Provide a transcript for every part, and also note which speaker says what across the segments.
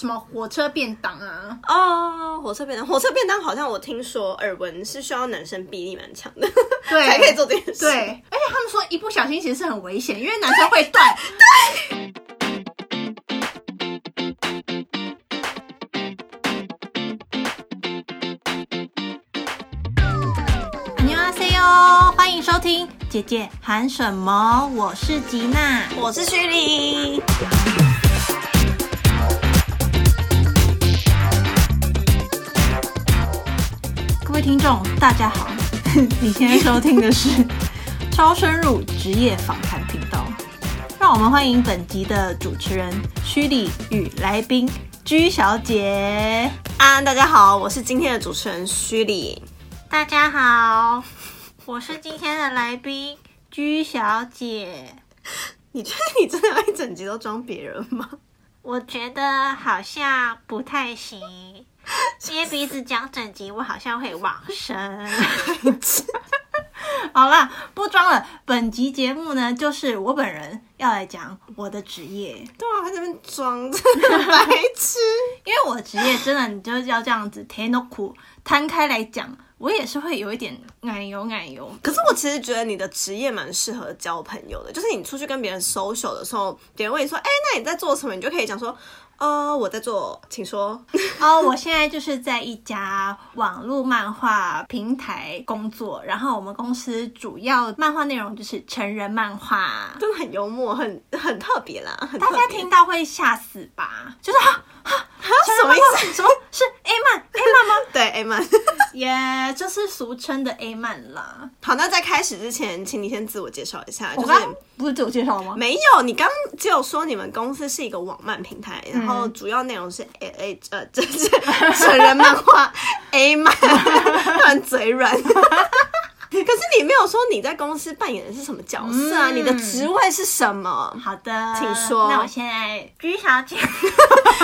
Speaker 1: 什么火车便当啊，
Speaker 2: 哦，火车便当，火车便当好像我听说耳闻是需要男生臂力蛮强的
Speaker 1: 对，
Speaker 2: 才可以做这件事。
Speaker 1: 对，而且他们说一不小心其实是很危险，因为男生会断。对。안녕하세요，欢迎收听《姐姐喊什么》，我是吉娜。
Speaker 2: 我是徐丽，
Speaker 1: 各位听众，大家好， 你现在收听的是超深入职业访谈频道，让我们欢迎本集的主持人徐丽与来宾居小姐。
Speaker 2: 安啊安，大家好，我是今天的主持人徐丽。
Speaker 1: 大家好，我是今天的来宾居小姐。
Speaker 2: 你觉得你真的要一整集都装别人吗？
Speaker 1: 我觉得好像不太 行，捏鼻子讲整集，我好像会往生。好啦，不装了。本集节目呢，就是我本人要来讲我的职业，
Speaker 2: 对啊，他这边 装，真的很白痴。
Speaker 1: 因为我的职业真的，你就是要这样子 t e n o k 摊开来讲，我也是会有一点奶油奶油。
Speaker 2: 可是我其实觉得你的职业蛮适合交朋友的，就是你出去跟别人 social 的时候，别人问你说：“哎、那你在做什么？”你就可以讲说：“呃，我在做，请说。
Speaker 1: 哦，我现在就是在一家网络漫画平台工作，然后我们公司主要漫画内容就是成人漫画”，
Speaker 2: 真的很幽默，很很特别啦，很
Speaker 1: 大
Speaker 2: 特
Speaker 1: 家
Speaker 2: 别
Speaker 1: 听到会吓死吧？就是啊啊，
Speaker 2: 什么意
Speaker 1: 思？什么是 A 漫 A 漫吗？
Speaker 2: 对 A 曼。
Speaker 1: 也、就是俗称的 A 漫啦。
Speaker 2: 好，那在开始之前，请你先自我介绍一下，就
Speaker 1: 我
Speaker 2: 是
Speaker 1: 刚刚不是自我介绍了吗？
Speaker 2: 没有，你刚刚只有说你们公司是一个网漫平台，然后主要内容是 A A 呃， 这是成人漫画 A 漫，突然嘴软。可是你没有说你在公司扮演的是什么角色啊？
Speaker 1: 嗯
Speaker 2: 你的职位是什么？
Speaker 1: 好的，
Speaker 2: 请说
Speaker 1: 那我现在居小姐。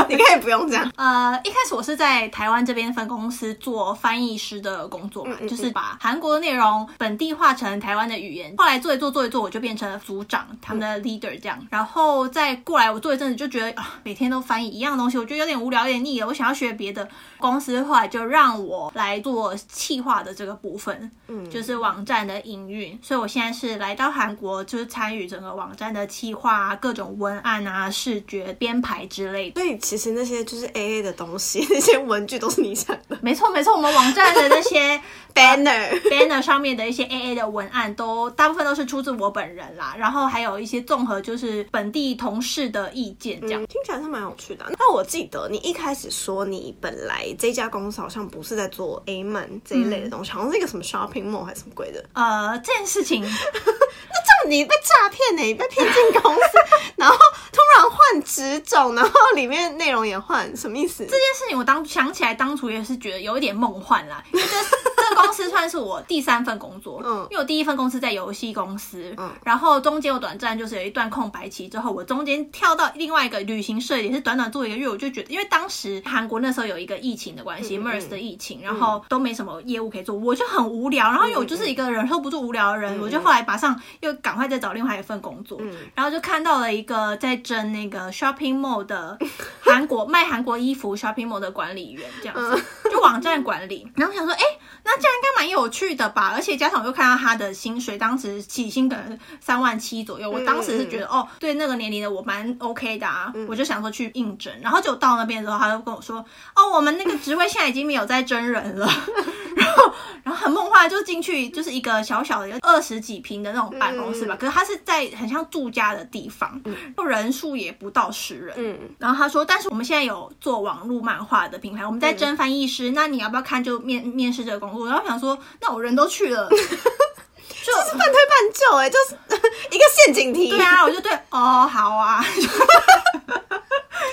Speaker 2: 你可以不用这样。
Speaker 1: 呃，一开始我是在台湾这边分公司做翻译师的工作嘛，就是把韩国的内容本地化成台湾的语言。后来做一做做一做，我就变成了组长，他们的 leader 这样。然后再过来，我做一阵子就觉得啊，每天都翻译一样的东西，我觉得有点无聊，有点腻了。我想要学别的。公司后来就让我来做企划的这个部分，嗯，就是网站的营运。所以我现在是来到韩国，就是参与整个网站的企划啊、各种文案啊、视觉编排之类的。
Speaker 2: 所以其实那些就是 A A 的东西，那些文具都是你想 的
Speaker 1: 没错没错，我们网站的那些
Speaker 2: banner。
Speaker 1: banner 上面的一些 AA 的文案都大部分都是出自我本人啦，然后还有一些综合就是本地同事的意见这样。
Speaker 2: 嗯听起来是蛮有趣的啊、那我记得你一开始说你本来这家公司好像不是在做 A 漫这一类的
Speaker 1: 嗯
Speaker 2: 东西，好像是一个什么 shopping mall 还是什么鬼的。
Speaker 1: 呃，这件事情
Speaker 2: 这么你被诈骗呢、你被骗进公司， 然后突然换职种，然后里面内容也换，什么意思？
Speaker 1: 这件事情我当想起来当初也是觉得有一点梦幻啦，因为这 这个公司算是我第三份工作，
Speaker 2: 嗯
Speaker 1: 因为我第一份公司在游戏公司，
Speaker 2: 嗯
Speaker 1: 然后中间我短暂就是有一段空白期之后，我中间跳到另外一个旅行社，也是短短做一个月，我就觉得，因为当时韩国那时候有一个疫情的关系、
Speaker 2: 嗯
Speaker 1: m e r s 的疫情，然后都没什么业务可以做，我就很无聊，然后因为我就是一个忍受不住无聊的人，我就后来马上又赶快再找另外一份工作，然后就看到了一个在争那个 shopping mall 的韩国卖韩国衣服 shopping mall 的管理员，这样子、就网站管理。然后我想说，哎、那这样应该蛮有趣的吧？而且加上我又看到他的薪水，当时起薪可能三万七左右，我当时是觉得、哦，对那个年龄的我蛮 OK 的啊，我就想说去应征。然后就到那边之后，他就跟我说，哦，我们那个职位现在已经没有在真人了。然后很梦幻，就进去就是一个小小的有二十几平的那种办公室吧，可是它是在很像住家的地方，人数也不到十人。
Speaker 2: 嗯，
Speaker 1: 然后他说，但是我们现在有做网络漫画的平台，我们在征翻译师，那你要不要看就面面试这个工作？然后我想说，那我人都去了，就
Speaker 2: 半推半就哎、就是 一个陷阱题。
Speaker 1: 对啊，我就对哦好啊，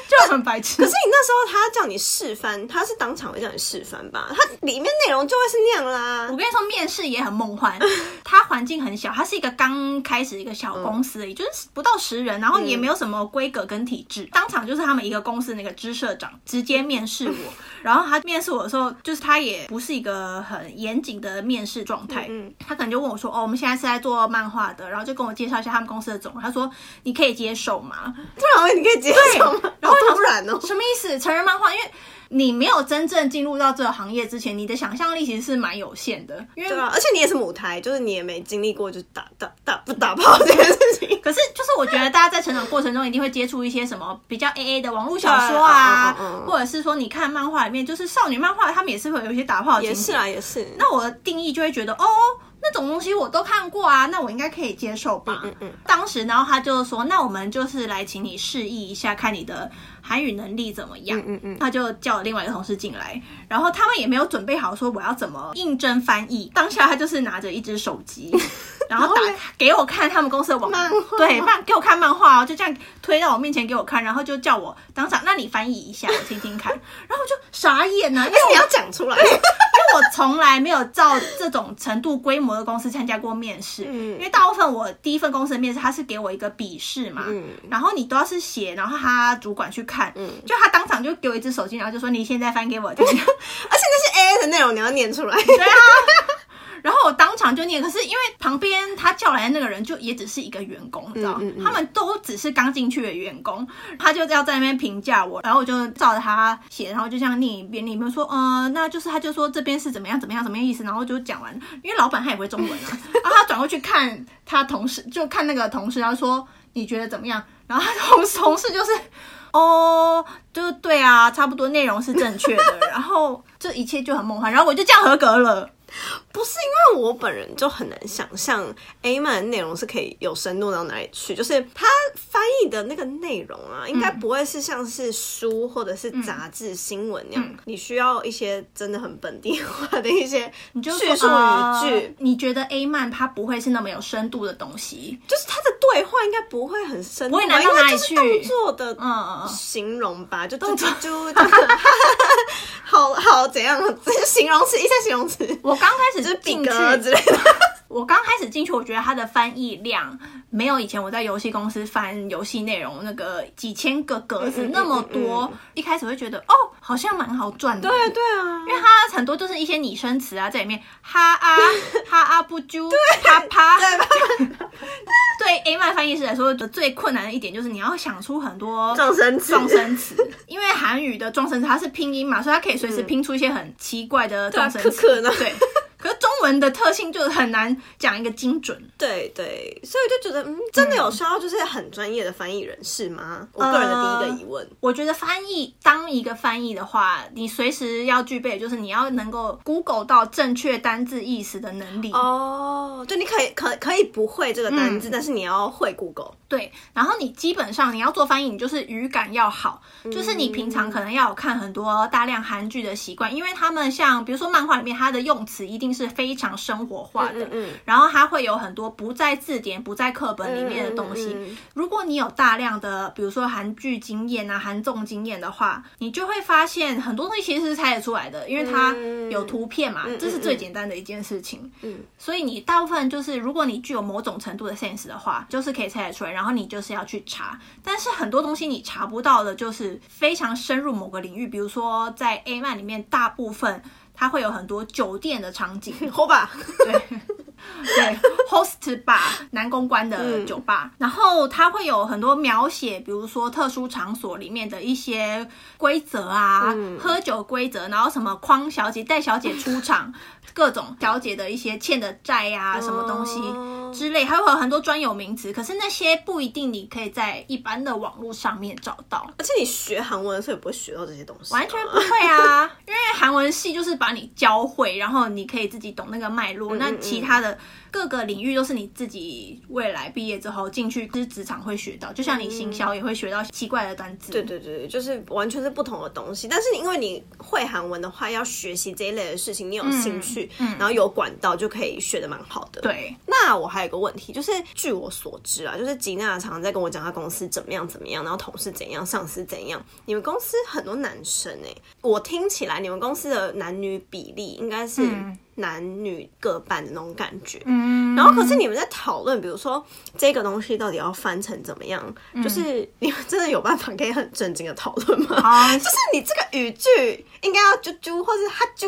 Speaker 1: 就很白痴
Speaker 2: 可。是你那时候他叫你示范，他是当场会叫你示范吧？他里面内容就会是那样啦
Speaker 1: 我。跟你说，面试也很梦 幻。它环境很小，它是一个刚开始一个小公司而已，就是不到十人，然
Speaker 2: 嗯
Speaker 1: 后也没有什么规格跟体制。当场就是他们一个公司那个支社长直接面试 我，然后他面试我的时候，就是他也不是一个很严谨的面试状态，
Speaker 2: 嗯嗯
Speaker 1: 他可能就问我说：“哦，我们现在是在做漫画的，然 后就跟我介绍一下他们公司的总。”他说：“你可以接受吗？”
Speaker 2: 突然问你可以接受吗？
Speaker 1: 然后我想
Speaker 2: 突然哦
Speaker 1: 什么意思？成人漫画，因为你没有真正进入到这个行业之前，你的想象力其实是蛮有限的，因为
Speaker 2: 对啊，而且你也是母胎，就是你也没经历过就是打打打不打炮这件事情。
Speaker 1: 可是，就是我觉得大家在成长过程中一定会接触一些什么比较 A A 的网络小说啊，
Speaker 2: 对嗯嗯嗯
Speaker 1: 或者是说你看漫画里面，就是少女漫画，他们也是会有一些打炮的
Speaker 2: 也
Speaker 1: 情
Speaker 2: 是
Speaker 1: 节。
Speaker 2: 啊，也是。
Speaker 1: 那我的定义就会觉得，哦，那种东西我都看过啊，那我应该可以接受吧。
Speaker 2: 嗯嗯
Speaker 1: 当时，然后他就说，那我们就是来请你示意一下，看你的韩语能力怎么样。
Speaker 2: 嗯嗯
Speaker 1: 他就叫了另外一个同事进来，然后他们也没有准备好说我要怎么应征翻译。当下他就是拿着一只手 机，然后打
Speaker 2: 然后嘞
Speaker 1: 给我看他们公司的网
Speaker 2: 漫画
Speaker 1: 对漫给我看漫画哦，就这样推到我面前给我看，然后就叫我当场，那你翻译一下我听听 看。然后我就傻眼啊了、因为
Speaker 2: 但是
Speaker 1: 我
Speaker 2: 你要讲 出来，
Speaker 1: 因为我从来没有照这种程度规模的公司参加过面试，
Speaker 2: 嗯
Speaker 1: 因为大部分我第一份公司的面试，他是给我一个笔试嘛，
Speaker 2: 嗯
Speaker 1: 然后你都要是写，然后他主管去看，
Speaker 2: 嗯
Speaker 1: 就他当场就给我一只手机，然后就说你现在翻给我听，
Speaker 2: 而且那些 A A 的内容你要念出来。
Speaker 1: 对啊。然后我当场就念，可是因为旁边他叫来的那个人就也只是一个员工，你知道，
Speaker 2: 嗯嗯嗯
Speaker 1: 他们都只是刚进去的员工，他就要在那边评价我，然后我就照着他写，然后就这样念一遍，里面说，呃，那就是他就说这边是怎么样怎么样怎么样意思，然后就讲完，因为老板他也不会中文 啊，然后他转过去看他同事，就看那个同事，然后说你觉得怎么样？然后他同同事就是。哦，就对啊，差不多内容是正确的，然后这一切就很梦幻，然后我就这样合格了。
Speaker 2: 不是因为我本人就很难想象 A 漫的内容是可以有深度到哪里去，就是它翻译的那个内容啊，应该不会是像是书或者是杂志、新闻那样，你需要一些真的很本地化的一些
Speaker 1: 你就
Speaker 2: 叙
Speaker 1: 说
Speaker 2: 述语句，
Speaker 1: 呃你觉得 A 漫它不会是那么有深度的东西？
Speaker 2: 就是它的对话应该不会很深入
Speaker 1: 不
Speaker 2: 吧，
Speaker 1: 会难到
Speaker 2: 因为
Speaker 1: 哪里
Speaker 2: 就是
Speaker 1: 去
Speaker 2: 动作的
Speaker 1: 嗯嗯嗯。
Speaker 2: 形容吧，就动作就 好好怎样， 这是形容词，一些形容词，
Speaker 1: 我刚开始
Speaker 2: 就是比
Speaker 1: 进
Speaker 2: 格啊之
Speaker 1: 去，
Speaker 2: 类的。
Speaker 1: 我刚开始进去，我觉得它的翻译量没有以前我在游戏公司翻游戏内容那个几千个格
Speaker 2: 嗯嗯
Speaker 1: 子
Speaker 2: 嗯
Speaker 1: 那么多。一开始会觉得哦，好像蛮好赚的。哦
Speaker 2: 对对啊，
Speaker 1: 因为它很多就是一些拟声词啊，在里面哈 啊哈啊不啾啪啪。 对 A 漫翻译师来说，最困难的一点就是你要想出很多
Speaker 2: 撞生词，嗯
Speaker 1: 撞声词， 因为韩语的撞声词它是拼音嘛，所以它可以随时拼出一些很奇怪的
Speaker 2: 对啊
Speaker 1: 撞声
Speaker 2: 可
Speaker 1: 词。
Speaker 2: 可呢？
Speaker 1: 对，可是中文的特性就是很难讲一个精准。
Speaker 2: 对对，所以就觉得，嗯，真的有需要就是很专业的翻译人士吗？我个人的第一个疑问。
Speaker 1: 我觉得翻译当一个翻译的话，你随时要具备的就是你要能够 Google 到正确单字意思的能力。
Speaker 2: 哦，就你可以可可以不会这个单
Speaker 1: 嗯
Speaker 2: 字，但是你要会 Google。
Speaker 1: 对，然后你基本上你要做翻译，你就是语感要好，
Speaker 2: 嗯
Speaker 1: 就是你平常可能要有看很多大量韩剧的习惯，因为他们像比如说漫画里面，它的用词一定是非常生活化的，
Speaker 2: 嗯，
Speaker 1: 然后它会有很多不在字典、不在课本里面的东西。
Speaker 2: 嗯嗯嗯
Speaker 1: 如果你有大量的，比如说韩剧经验啊、韩综经验的话，你就会发现很多东西其实是猜得出来的，因为它
Speaker 2: 嗯
Speaker 1: 有图片嘛，
Speaker 2: 嗯嗯
Speaker 1: 这是最简单的一件事情。
Speaker 2: 嗯
Speaker 1: 所以你大部分就是，如果你具有某种程度的 sense 的话，就是可以猜得出来，然后你就是要去查。但是很多东西你查不到的，就是非常深入某个领域，比如说在 A 漫里面，大部分它会有很多酒店的场 景，
Speaker 2: 好吧，
Speaker 1: 对 host bar 男公关的酒吧，然后它会有很多描写，比如说特殊场所里面的一些规则啊，喝酒规则，然后什么匡小姐带小姐出场，各种小姐的一些欠的债呀、什么东西。
Speaker 2: 哦
Speaker 1: 之类，还会有很多专有名词，可是那些不一定你可以在一般的网络上面找到，
Speaker 2: 而且你学韩文，所以不会学到这些东西。
Speaker 1: 完全不会啊， 因为韩文系就是把你教会，然后你可以自己懂那个脉
Speaker 2: 嗯
Speaker 1: 络。那其他的各个领域都是你自己未来毕业之后进去就是职场会学到，就像你行销也会学到奇怪的单字。
Speaker 2: 嗯对对对，对就是完全是不同的东西。但是因为你会韩文的话，要学习这一类的事情，你有兴趣，然后有管道，就可以学的蛮好的。
Speaker 1: 嗯对
Speaker 2: 那我还有一个问题，就是据我所知啊，就是吉娜常常在跟我讲她公司怎么样怎么样，然后同事怎样，上司怎样。你们公欸司很多男生哎、我听起来你们公司的男女比例应该是
Speaker 1: 嗯
Speaker 2: 男女各半的那种感觉。
Speaker 1: 嗯，
Speaker 2: 然后，可是你们在讨论，比如说这个东西到底要翻成怎么样，
Speaker 1: 嗯
Speaker 2: 就是你们真的有办法可以很正经的讨论吗？
Speaker 1: 好，啊
Speaker 2: 就是你这个语句应该要啾啾或是哈啾，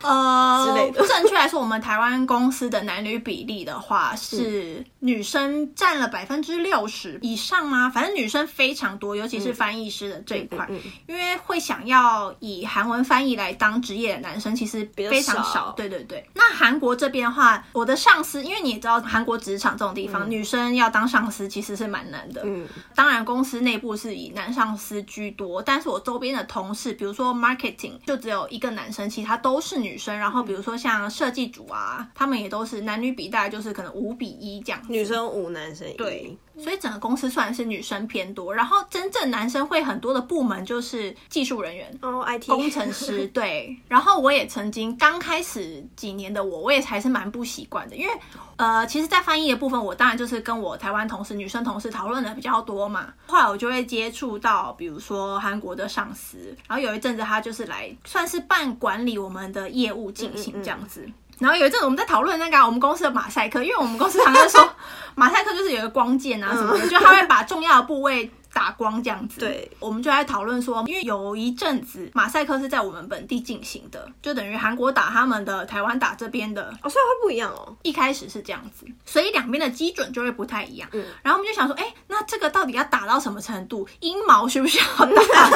Speaker 1: 呃
Speaker 2: 之类的
Speaker 1: 正确来说，我们台湾公司的男女比例的
Speaker 2: 嗯
Speaker 1: 话，是女生占了百分之六十以上吗？反正女生非常多，尤其
Speaker 2: 嗯
Speaker 1: 是翻译师的这一块，因为会想要以韩文翻译来当职业的男生，其实
Speaker 2: 较
Speaker 1: 非常
Speaker 2: 少
Speaker 1: 对对对。那韩国这边的话，我的上司，因为你也知道韩国职场这种地方，女生要当上司其实是蛮难的。
Speaker 2: 嗯，
Speaker 1: 当然，公司内部是以男上司居多，但是我周边的同事，比如说 marketing 就只有一个男生，其他都是女生。然后比如说像设计组啊，他们也都是男女比大概就是可能五比一这样子。
Speaker 2: 女生五，男生一。
Speaker 1: 对，所以整个公司算是女生偏多，然后真正男生会很多的部门就是技术人员。
Speaker 2: 哦，IT
Speaker 1: 工程师对，然后我也曾经刚开始几年的我，我也还是蛮不习惯的，因为呃，其实，在翻译的部分，我当然就是跟我台湾同事、女生同事讨论的比较多嘛。后来我就会接触到，比如说韩国的上司，然后有一阵子他就是来算是半管理我们的业务进行这样子。然后有一阵子我们在讨论那个啊、我们公司的马赛克，因为我们公司常常说马赛克就是有一个光剑啊什么的，就他会把重要的部位打光这样子。
Speaker 2: 对，
Speaker 1: 我们就在讨论说，因为有一阵子马赛克是在我们本地进行的，就等于韩国打他们的，台湾打这边的，
Speaker 2: 哦，所以会不一样哦。
Speaker 1: 一开始是这样子，所以两边的基准就会不太一样。然后我们就想说，哎、那这个到底要打到什么程度？阴毛需不需要打？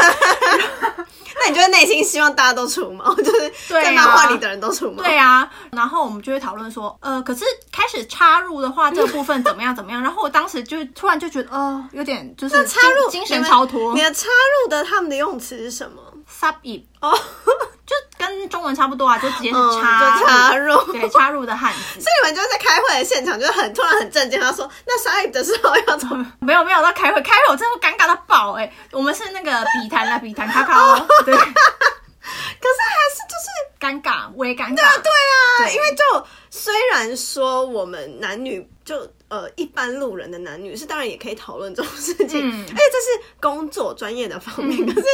Speaker 2: 那你就会内心希望大家都除毛， 就是
Speaker 1: 对啊
Speaker 2: 在漫画里的人都除毛。
Speaker 1: 对啊，然后我们就会讨论说，呃，可是开始插入的话，这个部分怎么样怎么样？然后我当时就突然就觉得，哦，有点就是
Speaker 2: 那插入
Speaker 1: 精精神超脱
Speaker 2: 你的插入的他们的用词是什么？
Speaker 1: ，sub it
Speaker 2: 哦，
Speaker 1: 就跟中文差不多啊，就直接是
Speaker 2: 嗯，
Speaker 1: 插入
Speaker 2: 就插入。所
Speaker 1: 对插入的汉字。
Speaker 2: 以你们就是在开会的现场，就是很突然很震惊，他说：“那沙溢的时候要怎 么
Speaker 1: 没有没有到开会，开会我真的尴尬到爆哎、我们是那个笔谈啦，笔谈咔咔哦，对，
Speaker 2: 可是还是就是
Speaker 1: 尴尬，我也尴尬。
Speaker 2: 对啊，
Speaker 1: 对
Speaker 2: 因为就虽然说我们男女就呃一般路人的男女是当然也可以讨论这种事情，
Speaker 1: 嗯
Speaker 2: 而且这是工作专业的方面，可是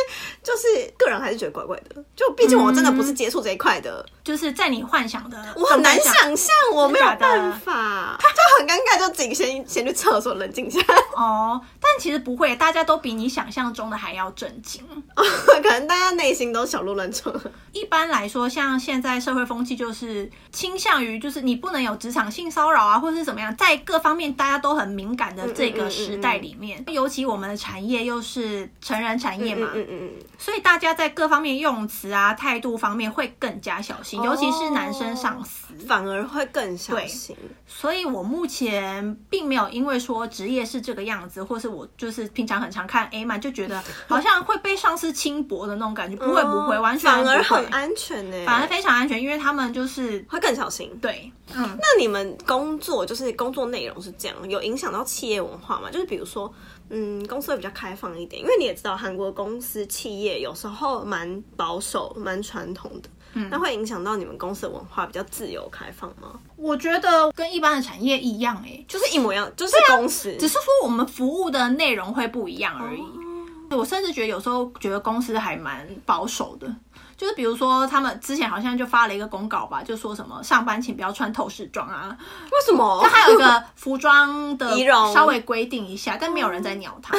Speaker 2: 就是个人还是觉得怪怪的，就毕竟我真的不是接触这一块的，
Speaker 1: 就是在你幻想的，
Speaker 2: 我很难。想象，我没有
Speaker 1: 真的假的
Speaker 2: 办法，就很尴尬，就自己先先去厕所冷静一下，
Speaker 1: 哦，但其实不会，大家都比你想象中的还要震惊。
Speaker 2: 可能大家内心都小鹿乱撞，
Speaker 1: 一般来说，像现在社会风气就是倾向于，就是你不能有职场性骚扰啊，或者是怎么样，在各方面大家都很敏感的
Speaker 2: 嗯
Speaker 1: 这个时代里面，尤其我们的产业又是成人产业嘛，
Speaker 2: 嗯嗯嗯，
Speaker 1: 所以大家在各方面用词啊、态度方面会更加小心，尤其是男生
Speaker 2: 哦
Speaker 1: 上司。
Speaker 2: 反而会更小
Speaker 1: 对
Speaker 2: 心，
Speaker 1: 所以我目前并没有因为说职业是这个样子，或是我就是平常很常看 A 漫就觉得好像会被上司轻薄的那种感觉，不会不会，
Speaker 2: 哦
Speaker 1: 完全
Speaker 2: 反而
Speaker 1: 不会
Speaker 2: 很安全呢，
Speaker 1: 反而非常安全，因为他们就是
Speaker 2: 会更小心。
Speaker 1: 对，嗯，
Speaker 2: 那你们工作就是工作内容是这样，有影响到企业文化吗？就是比如说，嗯，公司会比较开放一点，因为你也知道，韩国公司企业有时候蛮保守、蛮传统的，嗯，那会影响到你们公司的文化比较自由开放吗？
Speaker 1: 我觉得跟一般的产业一样、欸，
Speaker 2: 就是一模一样， 就是公司，
Speaker 1: 只是说我们服务的内容会不一样而已。
Speaker 2: 哦
Speaker 1: 我甚至觉得有时候觉得公司还蛮保守的，就是比如说他们之前好像就发了一个公告吧，就说什么上班请不要穿透视装 啊，
Speaker 2: 为什么？
Speaker 1: 它还有一个服装的
Speaker 2: 仪容嗯
Speaker 1: 稍微规定一下，但没有人在鸟它。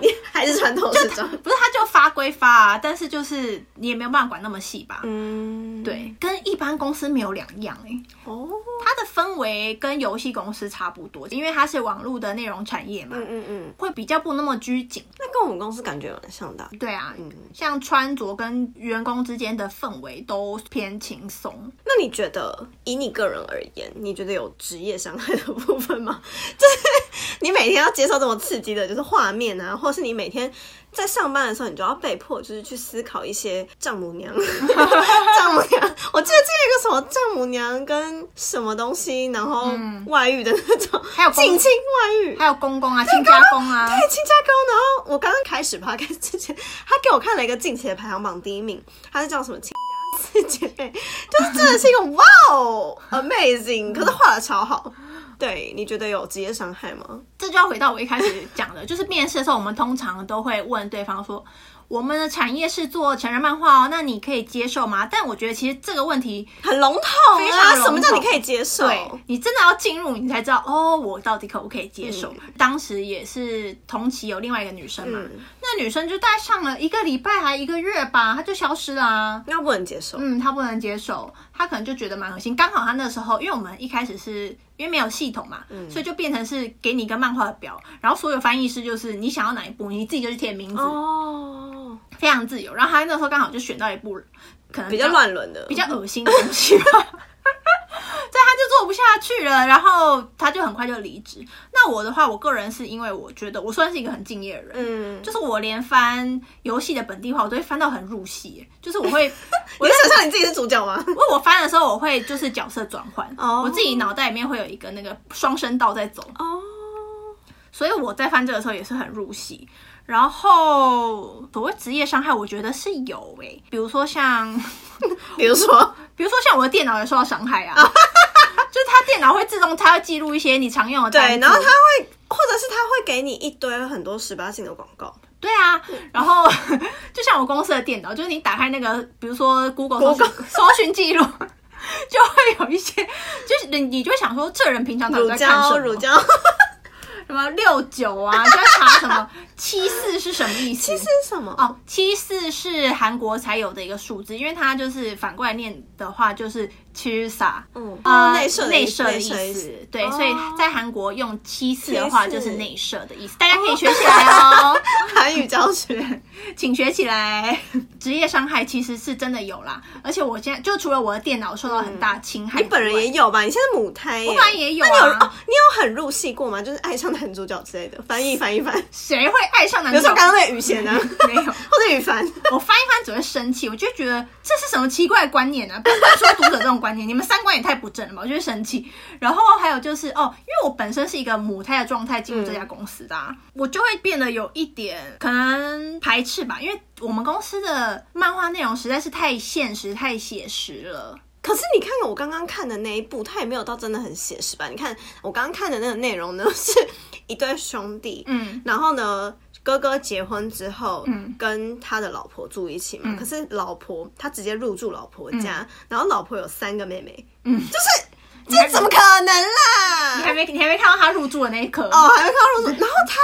Speaker 2: 你 还是传统时装，
Speaker 1: 不是，它就发归发啊，但是就是你也没有办法管那么细吧。
Speaker 2: 嗯，
Speaker 1: 对，跟一般公司没有两样哎、
Speaker 2: 哦，
Speaker 1: 它的氛围跟游戏公司差不多，因为它是网络的内容产业嘛，
Speaker 2: 嗯嗯嗯，
Speaker 1: 会比较不那么拘谨。
Speaker 2: 那跟我们公司感觉蛮像的啊、
Speaker 1: 对啊，像穿着跟员工之间的氛围都偏轻松。
Speaker 2: 那你觉得，以你个人而言，你觉得有职业伤害的部分吗？ 就是你每天要接受这么刺激的，就是画面啊，或是你每天在上班的时候，你就要被迫就是去思考一些丈 母娘、丈母娘。我记得这个什么丈母娘跟什么东西，然后外遇的那种，
Speaker 1: 嗯还有公
Speaker 2: 近亲外遇，
Speaker 1: 还有公公啊，亲家公啊，
Speaker 2: 对亲家公。然后我刚刚开始 p 开始之前，他给我看了一个近期的排行榜第一名，他是叫什么亲家四姐妹，就是真的是一个哇哦 amazing，可是画的超好。对，你觉得有职业伤害吗？
Speaker 1: 这就要回到我一开始讲的，就是面试的时候，我们通常都会问对方说：“我们的产业是做成人漫画哦，那你可以接受吗？但我觉得其实这个问题，
Speaker 2: 很笼统
Speaker 1: 非
Speaker 2: 啊，
Speaker 1: 常笼统
Speaker 2: 什么叫你可以接受？
Speaker 1: 对你真的要进入，你才知道哦，我到底可不可以接受。当时也是同期有另外一个女生嘛，
Speaker 2: 嗯
Speaker 1: 那女生就大概上了一个礼拜还一个月吧，她就消失啦、
Speaker 2: 那不能接受。
Speaker 1: 嗯，她不能接受，她可能就觉得蛮恶心。刚好她那时候，因为我们一开始是因为没有系统嘛，
Speaker 2: 嗯
Speaker 1: 所以就变成是给你一个漫画的表，然后所有翻译师就是你想要哪一部，你自己就去填名
Speaker 2: 嗯
Speaker 1: 字，
Speaker 2: 哦，
Speaker 1: 非常自由。然后她那时候刚好就选到一部可能
Speaker 2: 比较乱伦的，
Speaker 1: 比较恶心的东 西吧。对，他就做不下去了，然后他就很快就离职。那我的话，我个人是因为我觉得我算是一个很敬业的人，
Speaker 2: 嗯，
Speaker 1: 就是我连翻游戏的本地化，我都会翻到很入戏，就是 我会
Speaker 2: 你想象你自己是主角吗？
Speaker 1: 因为我翻的时候，我会就是角色转换
Speaker 2: 哦
Speaker 1: 我自己脑袋里面会有一个那个双声道在走，
Speaker 2: 哦，
Speaker 1: 所以我在翻这个时候也是很入戏。然后所谓职业伤害，我觉得是有诶、比如说像，
Speaker 2: 比如说，
Speaker 1: 比如说像我的电脑也受到伤害 啊，就是它电脑会自动，它会记录一些你常用的单
Speaker 2: 对，
Speaker 1: 字
Speaker 2: 然后他会，或者是他会给你一堆很多十八禁的广告，
Speaker 1: 对啊，然后 就像我公司的电脑，就是你打开那个，比如说 Google 搜寻搜寻记录， 就会有一些，就是你你就会想说，这人平常到底
Speaker 2: 乳
Speaker 1: 在看什
Speaker 2: 胶，
Speaker 1: 么？
Speaker 2: 乳胶，
Speaker 1: 什么六九 啊，就要查什么七四是什么意思？
Speaker 2: 这是什么？
Speaker 1: 哦，七四是韩国才有的一个数字，因为它就是反过来念的话就是 chisa，
Speaker 2: 嗯
Speaker 1: 呃，
Speaker 2: 内射的
Speaker 1: 内
Speaker 2: 意思
Speaker 1: 射的
Speaker 2: 内
Speaker 1: 意
Speaker 2: 射的意
Speaker 1: 思
Speaker 2: 思，
Speaker 1: 对，
Speaker 2: 哦
Speaker 1: 所以在韩国用七四的话
Speaker 2: 七四
Speaker 1: 就是内射的意思，大家可以学起来 哦。
Speaker 2: 韩语教 学，
Speaker 1: 请学起来。 职业伤害其实是真的有啦，而且我现在就除了我的电脑受到很大侵害、
Speaker 2: 嗯你本人也有吧？你现在母胎耶，
Speaker 1: 我本来也有啊
Speaker 2: 那你有哦？你有很入戏过吗？就是爱上男主角之类的，翻译翻译翻，比
Speaker 1: 谁会爱上男
Speaker 2: 如
Speaker 1: 主
Speaker 2: 说
Speaker 1: 角？
Speaker 2: 刚刚那个雨贤啊，
Speaker 1: 没有，
Speaker 2: 或者雨凡，
Speaker 1: 我翻一翻只会生气，我就觉得这是什么奇怪的观念啊！不能说读者这种观念，你 们三观也太不正了吧！我就会生气。然后还有就是哦，因为我本身是一个母胎的状态进入这家公司的、啊，我就会变得有一点可能排斥吧，因为我们公司的漫画内容实在是太现实、太写实了。
Speaker 2: 可是你看看我刚刚看的那一部，它也没有到真的很写实吧？你看我刚刚看的那个内容呢， 是一对兄弟，
Speaker 1: 嗯，
Speaker 2: 然后呢，哥哥结婚之后，
Speaker 1: 嗯
Speaker 2: 跟他的老婆住一起嘛。可是老婆他直接入住老婆家，然后老婆有三个妹妹，
Speaker 1: 嗯
Speaker 2: 就是这怎么可能
Speaker 1: 你还
Speaker 2: 啦？
Speaker 1: 没你还没看到他入住的那一刻
Speaker 2: 哦，还没看到入住，然后他。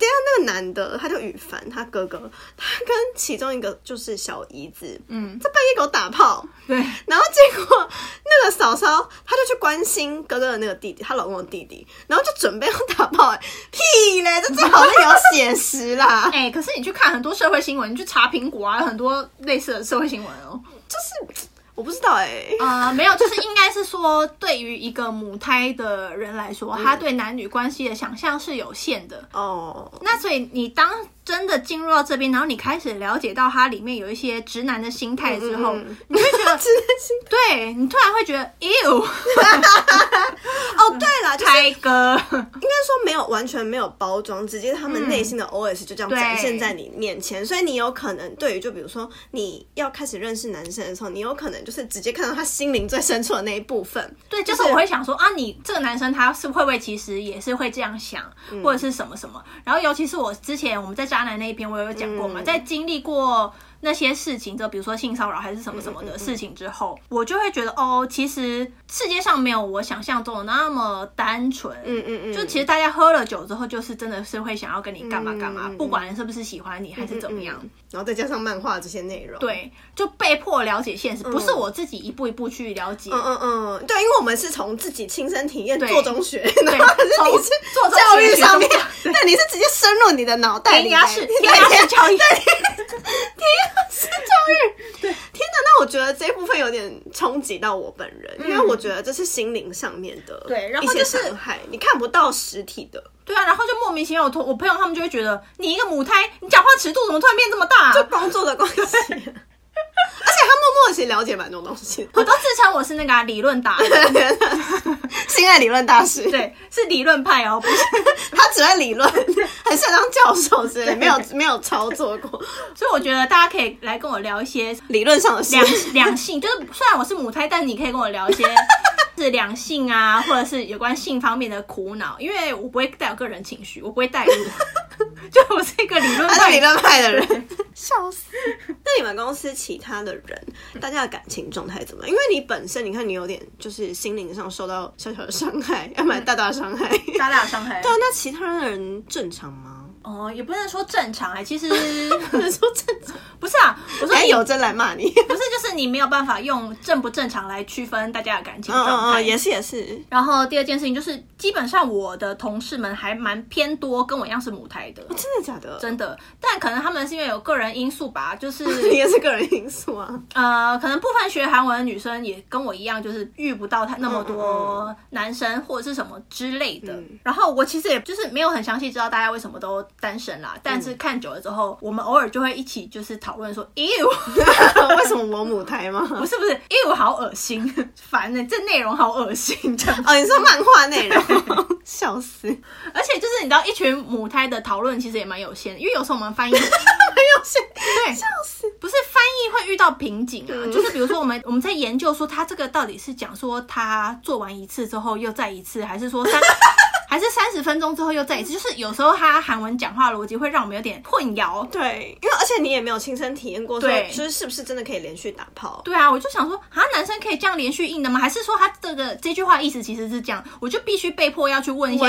Speaker 2: 等一下那个男的，他叫羽凡，他哥哥，他跟其中一个就是小姨子，
Speaker 1: 嗯，
Speaker 2: 在半夜给我打炮，
Speaker 1: 对，
Speaker 2: 然后结果那个嫂嫂，她就去关心哥哥的那个弟弟，她老公的弟弟，然后就准备要打炮、欸，屁嘞，这最好是有写实 啦，
Speaker 1: 哎、可是你去看很多社会新闻，你去查苹果啊，有很多类似的社会新闻哦。
Speaker 2: 就是我不知道哎、欸，
Speaker 1: 呃，没有，就是应该是说，对于一个母胎的人来说，
Speaker 2: 嗯
Speaker 1: 他对男女关系的想象是有限的。
Speaker 2: 哦，
Speaker 1: 那所以你当真的进入到这边，然后你开始了解到它里面有一些直男的心态之后，
Speaker 2: 嗯
Speaker 1: 你会觉得，
Speaker 2: 真的心
Speaker 1: 对你突然会觉得，ew，
Speaker 2: 哦，对啦，就是
Speaker 1: 开哥，
Speaker 2: 应该说没有完全没有包装，直接他们内心的 OS 就这样
Speaker 1: 对
Speaker 2: 展现在你面前，所以你有可能对于就比如说你要开始认识男生的时候，你有可能就是直接看到他心灵最深处的那一部分，
Speaker 1: 对，就
Speaker 2: 就是是
Speaker 1: 我会想说啊，你这个男生他是会不会其实也是会这样想，
Speaker 2: 嗯
Speaker 1: 或者是什么什么？然后尤其是我之前我们在渣男那一篇，我有讲过嘛，
Speaker 2: 嗯
Speaker 1: 在经历过那些事情，就比如说性骚扰还是什么什
Speaker 2: 嗯
Speaker 1: 么的事情之后，我就会觉得哦，其实世界上没有我想象中的那么单纯。
Speaker 2: 嗯嗯嗯，
Speaker 1: 就其实大家喝了酒之后，就是真的是会想要跟你干嘛干嘛，
Speaker 2: 嗯嗯嗯
Speaker 1: 不管是不是喜欢你还是怎么样，
Speaker 2: 嗯然后再加上漫画这些内容，。
Speaker 1: 对，就被迫了解现实，不是我自己一步一步去了解。
Speaker 2: 嗯嗯嗯，对，因为我们是从自己亲身体验
Speaker 1: 对
Speaker 2: 做中学，然后可是
Speaker 1: 从
Speaker 2: 你是
Speaker 1: 做中
Speaker 2: 教
Speaker 1: 学
Speaker 2: 育
Speaker 1: 学
Speaker 2: 上
Speaker 1: 中
Speaker 2: 面，那你是直接深入你的脑袋
Speaker 1: 填
Speaker 2: 里
Speaker 1: 鸭
Speaker 2: 来，
Speaker 1: 式，
Speaker 2: 对
Speaker 1: 填鸭式教育，
Speaker 2: 天哪，那我觉得这一部分有点冲击到我本人，因为我觉得这是心灵上面的
Speaker 1: 嗯对然
Speaker 2: 一
Speaker 1: 后
Speaker 2: 些
Speaker 1: 就是
Speaker 2: 伤害，你看不到实体的，
Speaker 1: 对啊，然后就莫名其妙，我同我朋友他们就会觉得你一个母胎，你讲话尺度怎么突然变这么大啊、
Speaker 2: 就工作 的关系。而且他默默地其实了解蛮多东西的，
Speaker 1: 我都自称我是那个啊、理论达人，
Speaker 2: 性爱理论大师，
Speaker 1: 对，是理论派哦，不是。
Speaker 2: 他只会理论，很像当教授之类的，没有没有操作过
Speaker 1: 所以我觉得大家可以来跟我聊一些
Speaker 2: 理论上的事
Speaker 1: 两。两性，就是虽然我是母胎，但你可以跟我 聊一些是两性 啊，或者是有关性方面的苦恼，因为我不会带有个人情绪，我不会带入，就我是一个理论
Speaker 2: 他是
Speaker 1: 派。
Speaker 2: 理论派的人， 笑死。那你们公司其他的人，大家的感情状态怎么样？因为你本身，你看你有点就是心灵上受到小小的伤害，要不然大大的伤害。 对
Speaker 1: 大大伤害
Speaker 2: 啊，那其他的人正常吗？
Speaker 1: 哦，也不能说正常哎、其实
Speaker 2: 不能说正 常，
Speaker 1: 不是啊，我说
Speaker 2: 哎，
Speaker 1: 你
Speaker 2: 有真来骂你。
Speaker 1: 不是，就是你没有办法用正不正常来区分大家的感情
Speaker 2: 嗯嗯
Speaker 1: 状态。
Speaker 2: 嗯，也是也是。
Speaker 1: 然后第二件事情就是，基本上我的同事们还蛮偏多跟我一样是母胎的，
Speaker 2: 哦真的假的？
Speaker 1: 真的。但可能他们是因为有个人因素吧，就
Speaker 2: 你
Speaker 1: 是
Speaker 2: 也是个人因素啊。
Speaker 1: 呃，可能部分学韩文的女生也跟我一样，就是遇不到他那么
Speaker 2: 嗯
Speaker 1: 多男生或者是什么之类的。然后我其实也就是没有很详细知道大家为什么都单身啦，但
Speaker 2: 嗯
Speaker 1: 是看久了之后，我们偶尔就会一起就是讨论说，咦，我
Speaker 2: 为什么我母胎吗？
Speaker 1: 不是不是，咦，我好恶心， 烦呢、这内容好恶心，这样。
Speaker 2: 哦，你说漫画内容， 笑死！
Speaker 1: 而且就是你知道，一群母胎的讨论其实也蛮有限的，因为有时候我们翻译 对，笑死，不是翻译会遇到瓶颈啊，就是比如说我们我们在研究说他这个到底是讲说他做完一次之后又再一次，还是说三 还是三十分钟之后又再一次，就是有时候他韩文讲话逻辑会让我们有点混淆。
Speaker 2: 对，因为而且你也没有亲身体验过，说
Speaker 1: 对
Speaker 2: 就是是不是真的可以连续打炮？
Speaker 1: 对啊，我就想说，啊，男生可以这样连续硬的吗？还是说他这个这句话意思其实是这样，我就必须被迫要去问一些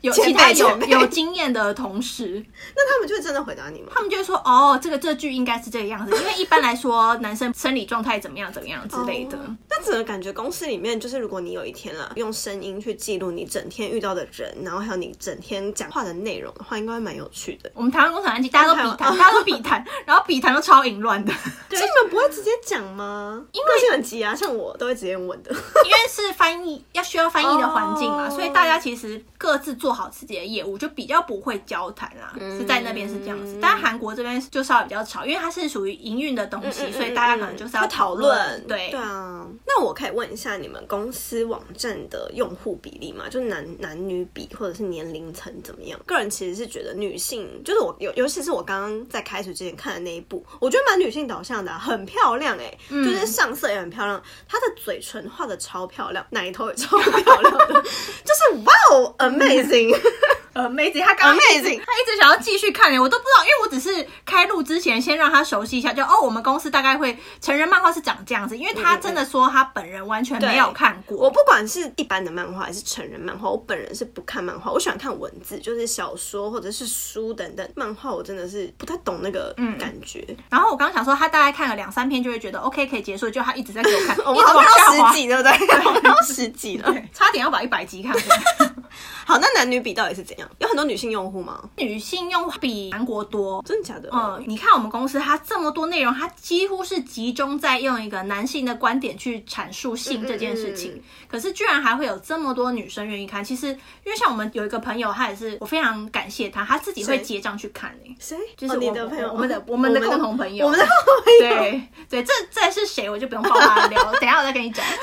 Speaker 1: 有
Speaker 2: 前
Speaker 1: 其
Speaker 2: 辈
Speaker 1: 他有
Speaker 2: 前辈
Speaker 1: 有经验的同事，
Speaker 2: 那他们就会真的回答你吗？
Speaker 1: 他们就会说哦，这个这句应该是这个样子，因为一般来说男生生理状态怎么样怎么样之类的。
Speaker 2: 哦那整个感觉公司里面，就是如果你有一天啦，用声音去记录你整天遇到的人，然后还有你整天讲话的内容的话，应该会蛮有趣的。
Speaker 1: 我们台湾工厂安吉，大家都
Speaker 2: 台
Speaker 1: 比
Speaker 2: 湾
Speaker 1: 谈，大家都比谈，然后比谈都超淫乱的，
Speaker 2: 所以你们不会直接讲吗？因为个性很急啊，像我都会直接用问的。
Speaker 1: 因为是翻译要需要翻译的环境嘛，
Speaker 2: 哦
Speaker 1: 所以大家其实各自做好自己的业务，就比较不会交谈啦。
Speaker 2: 嗯
Speaker 1: 是在那边是这样子，但韩国这边就稍微比较吵，因为它是属于营运的东
Speaker 2: 嗯
Speaker 1: 西，所以大家可能就是要
Speaker 2: 会讨论。
Speaker 1: 对
Speaker 2: 对啊，那我可以问一下你们公司网站的用户比例吗？就男男女比或者是年龄层怎么样？个人其实是觉得女性，就是我尤尤其是我刚刚在开始之前看的那一部，我觉得蛮女性导向的啊、很漂亮哎、
Speaker 1: 嗯
Speaker 2: 就是上色也很漂亮，她的嘴唇画的超漂亮，奶头也超漂亮的， 就是哇哦 amazing，
Speaker 1: 呃，Amazing，他刚刚
Speaker 2: Amazing
Speaker 1: 他一直想要继续看、欸，我都不知道，因为我只是开录之前先让他熟悉一下，就哦，我们公司大概会成人漫画是长这样子，因为他真的说他本人完全没有看
Speaker 2: 我
Speaker 1: 过，
Speaker 2: 不管是一般的漫画还是成人漫画，我本人是不看漫画，我喜欢看文字，就是小说或者是书等等。漫画我真的是不太懂那个
Speaker 1: 嗯
Speaker 2: 感觉，
Speaker 1: 然后我刚想说他大概看了两三篇就会觉得 OK 可以结束，就他一直在给我看，
Speaker 2: 我
Speaker 1: 一
Speaker 2: 们
Speaker 1: 直
Speaker 2: 好
Speaker 1: 往
Speaker 2: 像
Speaker 1: 下
Speaker 2: 到
Speaker 1: 滑
Speaker 2: 十，集，对不对？我们到十集了。
Speaker 1: 对差点要把一百集看 完。
Speaker 2: 好，那男女比到底是怎样？有很多女性用户吗？
Speaker 1: 女性用户比韩国多，
Speaker 2: 真的假的？
Speaker 1: 嗯，你看我们公司它这么多内容，它几乎是集中在用一个男性的观点去阐述性这件事情。
Speaker 2: 嗯嗯
Speaker 1: 可是居然还会有这么多女生愿意看，其实因为像我们有一个朋友，他也是我非常感谢他，他自己会
Speaker 2: 谁
Speaker 1: 结账去看欸诶、
Speaker 2: 谁？
Speaker 1: 就是
Speaker 2: 哦
Speaker 1: 我
Speaker 2: 你的朋友，
Speaker 1: 我们的我们的共同朋友
Speaker 2: 我们的共同朋友，
Speaker 1: 对对，这这是谁我就不用爆他的料，等一下我再跟你讲。
Speaker 2: 笑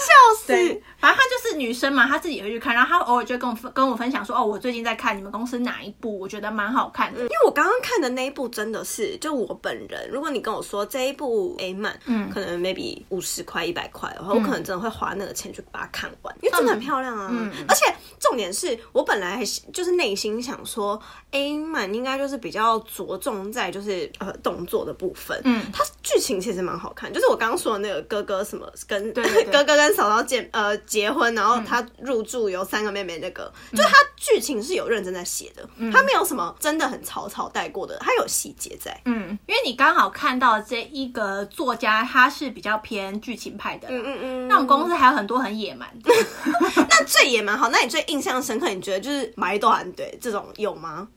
Speaker 1: 对
Speaker 2: 死！，
Speaker 1: 反正她就是女生嘛，她自己也会去看，然后她偶尔就跟我分跟我分享说，哦，我最近在看你们公司哪一部，我觉得蛮好看的。
Speaker 2: 因为我刚刚看的那一部真的是，就我本人，如果你跟我说这一部 A 漫，嗯，可能 maybe 五十块、一百块的
Speaker 1: 嗯
Speaker 2: 话，我可能真的会花那个钱去把它看完，因为真的很漂亮啊。
Speaker 1: 嗯
Speaker 2: 而且重点是我本来还是就是内心想说 A 漫应该就是比较着重在就是呃动作的部分，嗯，它剧情其实蛮好看，就是我刚刚说的那个哥哥什么 跟
Speaker 1: 对对对
Speaker 2: 哥哥跟嫂嫂结呃结婚，然后
Speaker 1: 嗯
Speaker 2: 他入住有三个妹妹那个，就他剧情是有认真在写的，
Speaker 1: 嗯
Speaker 2: 他没有什么真的很草草带过的，他有细节在。
Speaker 1: 嗯，因为你刚好看到这一个作家，他是比较偏剧情派的啦，
Speaker 2: 嗯嗯
Speaker 1: 那我们公司还有很多很野蛮的，
Speaker 2: 那最也蛮好。那你最印象深刻，你觉得就是买一段对这种有吗？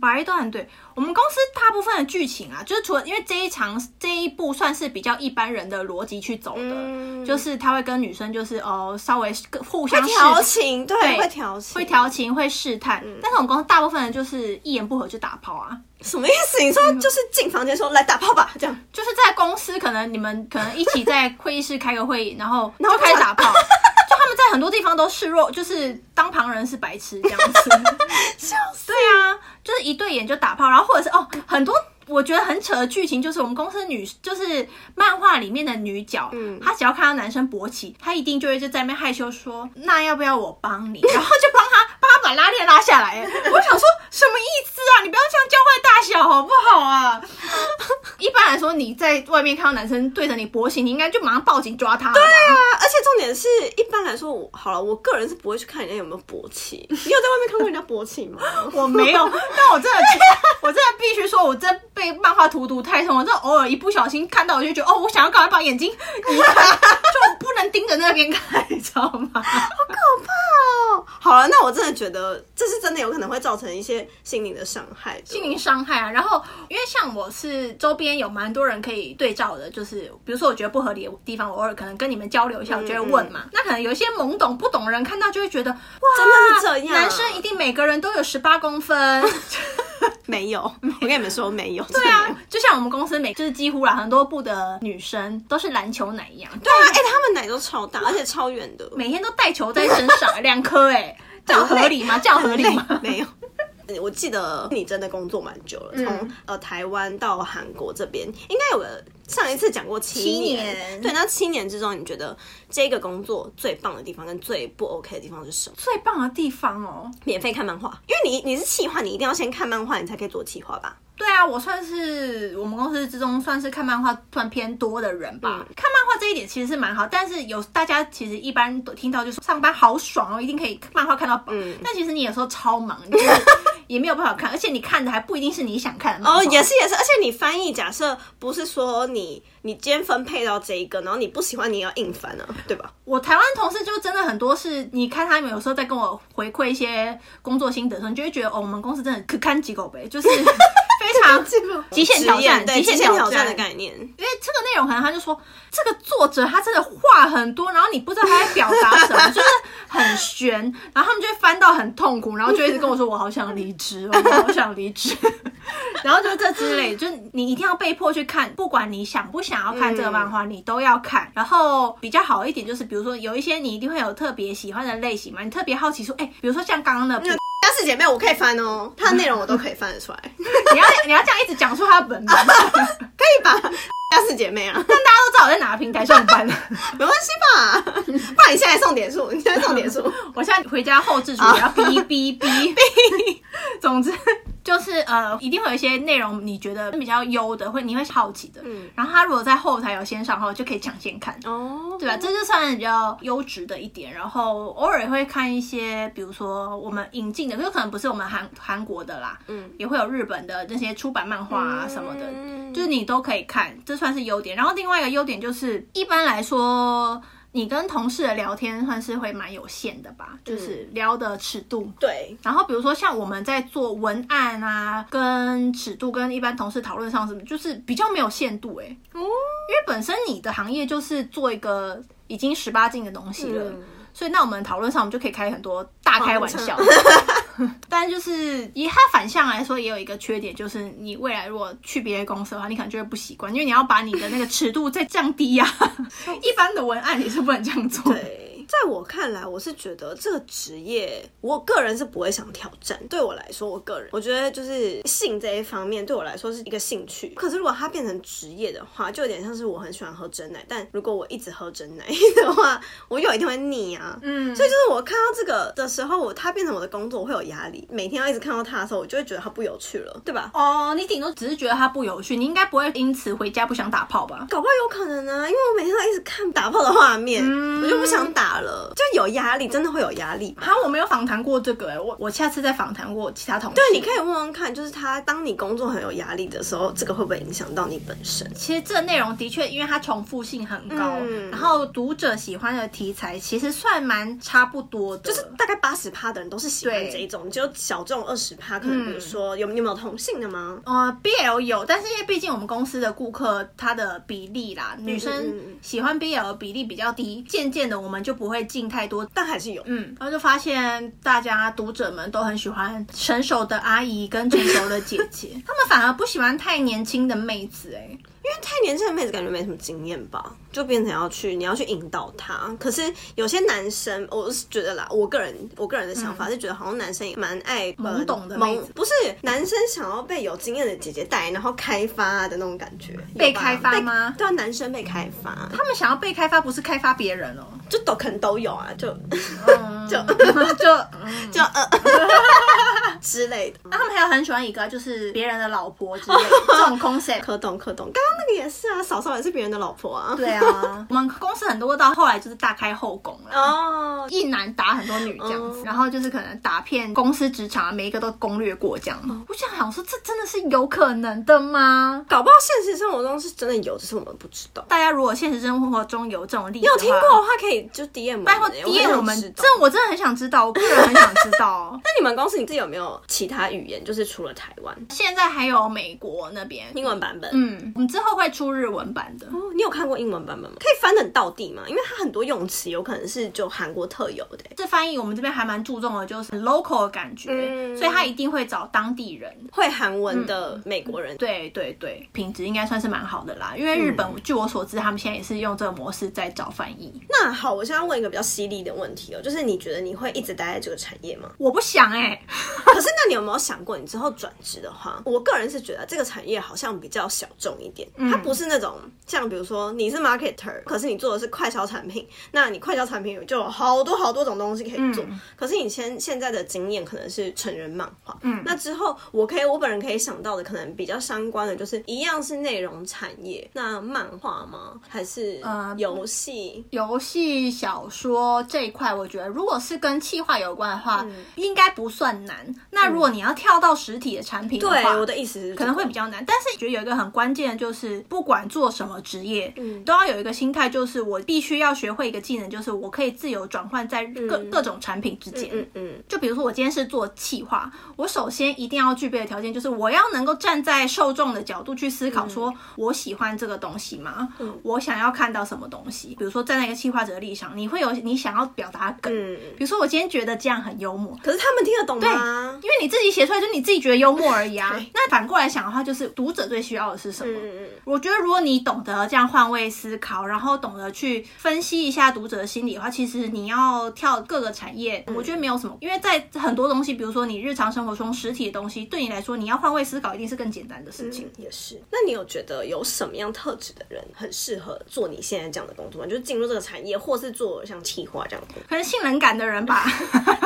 Speaker 1: 白段对我们公司大部分的剧情啊，就是除了因为这一场这一部算是比较一般人的逻辑去走的，
Speaker 2: 嗯
Speaker 1: 就是他会跟女生就是哦稍微互
Speaker 2: 会
Speaker 1: 相试
Speaker 2: 调情，嗯对，
Speaker 1: 对
Speaker 2: 会调情，
Speaker 1: 会调情会试探，但是我们公司大部分人就是一言不合就打炮啊，
Speaker 2: 什么意思？你说就是进房间说来打炮吧，这样
Speaker 1: 就是在公司，可能你们可能一起在会议室开个 会议，然后
Speaker 2: 然后
Speaker 1: 就开始打 炮。就他们在很多地方都示弱，就是当旁人是白痴这样子。
Speaker 2: 笑死。
Speaker 1: 对啊，就是一对眼就打炮，然后或者是哦，很多我觉得很扯的剧情，就是我们公司女就是漫画里面的女角，她只要看到 男生勃起，她一定就会就在那边害羞说，那要不要我帮你？然后就帮她帮她把把拉链拉下来。我想说什么意思啊？你不要这样教坏大小好不好啊？一般来说，你在外面看到男生对着你勃起，你应该就马上报警抓他。对
Speaker 2: 对啊，而且重点是一般来说，我好了，我个人是不会去看人家有没有勃起。你有在外面看过人家勃起吗？
Speaker 1: 我没有，但我真的，我真的必须说，我真被漫画荼毒太深。我真的偶尔一不小心看到，我就觉得哦，我想要赶快把眼睛 移开，就不能盯着那边看，你知道吗？
Speaker 2: 哦，好了，那我真的觉得这是真的有可能会造成一些心灵的伤害的。
Speaker 1: 心灵伤害啊。然后，因为像我是周边有蛮多人可以对照的，就是比如说我觉得不合理的地方，我偶尔可能跟你们交流一下，我就会问嘛。那可能有一些懵懂不懂的人看到就会觉得，哇，
Speaker 2: 真的是这样
Speaker 1: 男生一定每个人都有十八公 分。
Speaker 2: 没有，我跟你们说没有。
Speaker 1: 对
Speaker 2: 对
Speaker 1: 啊，就像我们公司每就是几乎啦，很多部的女生都是篮球奶一样，
Speaker 2: 对啊，哎、他们奶都超
Speaker 1: 啊
Speaker 2: 大，而且超远的，
Speaker 1: 每天都带球在身 上，两颗哎，这样合理吗？这样合理吗？
Speaker 2: 呃没有。 我记得你真的工作蛮久了，从、
Speaker 1: 嗯
Speaker 2: 呃台湾到韩国这边，应该有个上一次讲过七
Speaker 1: 七
Speaker 2: 年，
Speaker 1: 年
Speaker 2: 对，那七年之中，你觉得这个工作最棒的地方跟最不 OK 的地方是什么？
Speaker 1: 最棒的地方哦，
Speaker 2: 免费看漫画，因为你你是企划，你一定要先看漫画，你才可以做企划吧？
Speaker 1: 对啊，我算是我们公司之中算是看漫画算偏多的人
Speaker 2: 嗯
Speaker 1: 吧。看漫画这一点其实是蛮好，但是有大家其实一般都听到就是上班好爽哦，一定可以漫画看到饱。
Speaker 2: 嗯
Speaker 1: 但其实你有时候超忙，你就是 也没有办法看，而且你看的还不一定是你想看的漫画
Speaker 2: 哦，也是也是，而且你翻译假设不是说你你今天分配到这一个，然后你不喜欢你也要硬翻啊，对吧？
Speaker 1: 我台湾同事就真的很多是，你看他们有时候在跟我回馈一些工作心得的时候，你就会觉得哦，我们公司真的可堪几狗呗，就是 非常极限挑
Speaker 2: 职业
Speaker 1: 战、
Speaker 2: 对极
Speaker 1: 限
Speaker 2: 限挑
Speaker 1: 战
Speaker 2: 战的概念，
Speaker 1: 因为这个内容可能他就说这个作者他真的话很多，然后你不知道他在表达什么，就是很悬，然后他们就会翻到很痛苦，然后就一直跟我说我好想离职，我好想离职，然后就这之类，就是你一定要被迫去看，不管你想不想要看这个漫画，你都要看。然后比较好一点就是，比如说有一些你一定会有特别喜欢的类型嘛，你特别好奇说，哎、比如说像刚刚的，
Speaker 2: 但是姐妹我可以翻哦，它的内容我都可以翻得出来， 可
Speaker 1: 你要你要这样一直讲出它的本名，但大家
Speaker 2: 以吧？但是姐妹啊，
Speaker 1: 都知道我在哪个平台上班。
Speaker 2: 没关系 吧？不然你现在送点数，你现在送点数。
Speaker 1: 我现在回家后置处理要哔哔 哔。总之就是呃，一定会有一些内容你觉得比较优的，会你会好奇的。嗯，然后他如果在后台有先上的话，我就可以抢先看。
Speaker 2: 哦，
Speaker 1: 对吧？这就算比较优质的一点，然后偶尔也会看一些，比如说我们引进的，就可能不是我们韩韩国的啦，嗯，也会有日本的那些出版漫画啊什么的，
Speaker 2: 嗯
Speaker 1: 就是你都可以看，这算是优点。然后另外一个优点就是，一般来说。你跟同事的聊天算是会蛮有限的吧，就是
Speaker 2: 嗯
Speaker 1: 聊的尺度。
Speaker 2: 对，
Speaker 1: 然后比如说像我们在做文案啊，跟尺度跟一般同事讨论上什么，就是比较没有限度哎、
Speaker 2: 哦
Speaker 1: 因为本身你的行业就是做一个已经十八禁的东西了，
Speaker 2: 嗯
Speaker 1: 所以那我们讨论上我们就可以开很多大开玩 笑。 但就是以它反向来说，也有一个缺点，就是你未来如果去别的公司的话，你可能就会不习惯，因为你要把你的那个尺度再降低 呀、一般的文案你是不能这样做的。
Speaker 2: 对，在我看来，我是觉得这个职业，我个人是不会想挑战。对我来说，我个人我觉得就是性这一方面，对我来说是一个兴趣。可是如果它变成职业的话，就有点像是我很喜欢喝真奶，但如果我一直喝真奶 的话，我有一天会腻啊。
Speaker 1: 嗯
Speaker 2: 所以就是我看到这个的时候，我它变成我的工作，我会有压力。每天要一直看到它的时候，我就会觉得它不有趣了，对吧？
Speaker 1: 哦，你顶多只是觉得它不有趣，你应该不会因此回家不想打炮吧？
Speaker 2: 搞不好有可能啊，因为我每天都一直看打炮的画面，我就不想打了，就有压力，真的会有压力。
Speaker 1: 哈，我没有访谈过这个、欸，我我下次再访谈过其他同事。
Speaker 2: 对，你可以问问看，就是他当你工作很有压力的时候，这个会不会影响到你本身？
Speaker 1: 其实这内容的确，因为它重复性很高，
Speaker 2: 嗯
Speaker 1: 然后读者喜欢的题材其实算蛮差不多的，
Speaker 2: 就是大概八十趴的人都是喜欢
Speaker 1: 对
Speaker 2: 这一种，只有小众二十趴，可能比如说、有你有没有同性的吗？
Speaker 1: 呃 BL 有，但是因为毕竟我们公司的顾客他的比例啦，女生
Speaker 2: 嗯
Speaker 1: 喜欢 BL 的比例比较低，渐渐的我们就不会进太多。
Speaker 2: 但还是有，
Speaker 1: 嗯，然后就发现大家读者们都很喜欢成熟的阿姨跟成熟的姐 姐，他们反而不喜欢太年轻的妹子、欸。
Speaker 2: 因为太年轻的妹子感觉没什么经验吧，就变成要去你要去引导她。可是有些男生，我是觉得啦，我个人我个人的想法是觉得，好像男生也蛮爱呃
Speaker 1: 懵懂的妹
Speaker 2: 懵
Speaker 1: 子，
Speaker 2: 不是男生想要被有经验的姐姐带，然后开发的那种感觉，有
Speaker 1: 被
Speaker 2: 吧
Speaker 1: 开发
Speaker 2: 被
Speaker 1: 吗
Speaker 2: 对啊，男生被开发，
Speaker 1: 他们想要被开发，不是开发别人哦、
Speaker 2: 就都可能都有啊，就 就
Speaker 1: 嗯就
Speaker 2: 就呃 之类的。
Speaker 1: 那他们还有很喜欢一个就是别人的老婆之类的这 种 concept。
Speaker 2: 可懂可懂，刚刚那个也是啊，嫂嫂也是别人的老婆啊。
Speaker 1: 对 啊，我们公司很多到后来就是大开后宫了。
Speaker 2: 哦，
Speaker 1: 一男打很多女这样子，
Speaker 2: 嗯
Speaker 1: 然后就是可能打遍公司职场啊，每一个都攻略过这样。
Speaker 2: 嗯
Speaker 1: 我想想说，这真的是有可能的吗？
Speaker 2: 搞不好现实生活中是真的有，只是我们不知道。
Speaker 1: 大家如果现实生活中有这种例子
Speaker 2: 你
Speaker 1: 的
Speaker 2: 有
Speaker 1: 话，
Speaker 2: 听过的话，可以就 DM 我们
Speaker 1: 拜托
Speaker 2: 欸
Speaker 1: DM 我
Speaker 2: 很
Speaker 1: 们
Speaker 2: 想，知道
Speaker 1: 这我真的很想知道，我个人很想知道。
Speaker 2: 那你们公司你自己有没有其他语言？就是除了台湾
Speaker 1: 现在还有美国那边，
Speaker 2: 英文版本？
Speaker 1: 嗯，我们之后会出日文版的。
Speaker 2: 哦，你有看过英文版本吗？可以翻得很到地吗？因为它很多用词有可能是就韩国特有的欸、
Speaker 1: 这翻译我们这边还蛮注重的，就是 local 的感觉，
Speaker 2: 嗯
Speaker 1: 所以他一定会找当地人。
Speaker 2: 会韩文
Speaker 1: 嗯
Speaker 2: 的美国人。
Speaker 1: 对对对，品质应该算是蛮好的啦。因为日本，
Speaker 2: 嗯
Speaker 1: 据我所知，他们现在也是用这个模式在找翻译。？
Speaker 2: 那好，我现在问一个比较犀利的问题哦，就是你觉得你会一直待在这个产业吗
Speaker 1: 我不想哎、
Speaker 2: 可是那你有没有想过，你之后转职的话，我个人是觉得这个产业好像比较小众一点，
Speaker 1: 嗯
Speaker 2: 它不是那种像比如说你是 marketer，可是你做的是快销产品，那你快销产品就有好多好多种东西可以做，
Speaker 1: 嗯
Speaker 2: 可是你现现在的经验可能是成人漫画，嗯，那之后我可以我本人可以想到的可能比较相关的就是一样是内容产业，那漫画吗？还是
Speaker 1: 呃
Speaker 2: 游戏？
Speaker 1: 游戏、小说这一块，我觉得如果是跟企划有关的话，
Speaker 2: 嗯
Speaker 1: 应该不算难。那如果你要跳到实体的产品的
Speaker 2: 对
Speaker 1: 话，，
Speaker 2: 我的意思是
Speaker 1: 可能会比
Speaker 2: 较
Speaker 1: 较难，但是觉得有一个很关键的就是，不管做什么职业，
Speaker 2: 嗯
Speaker 1: 都要有一个心态，就是我必须要学会一个技能，就是我可以自由转换在各、各种产品之间。
Speaker 2: 嗯嗯，
Speaker 1: 就比如说，我今天是做企划，我首先一定要具备的条件就是，我要能够站在受众的角度去思
Speaker 2: 嗯
Speaker 1: 考，说我喜欢这个东西吗？我想要看到什么东西？比如说，站在一个企划者的立场，你会有你想要表达的梗。
Speaker 2: 嗯
Speaker 1: 比如说，我今天觉得这样很幽默，
Speaker 2: 可是他们听得懂吗？
Speaker 1: 因为你自己写出来，就你自己觉得幽默而已 啊。那反过来想的话，就是读者最需要的是什么？
Speaker 2: 嗯嗯
Speaker 1: 我觉得，如果你懂得这样换位思考，然后懂得去分析一下读者的心理的话，其实你要跳各个产业，我觉得没有什么，因为在很多东西，比如说你日常生活中实体的东西，对你来说，你要换位思考一定是更简单的事情。？
Speaker 2: 也是。那你有觉得有什么样特质的人很适合做你现在这样的工作吗？就是进入这个产业，或是做像企划这样的工作
Speaker 1: 可能性能感的人吧，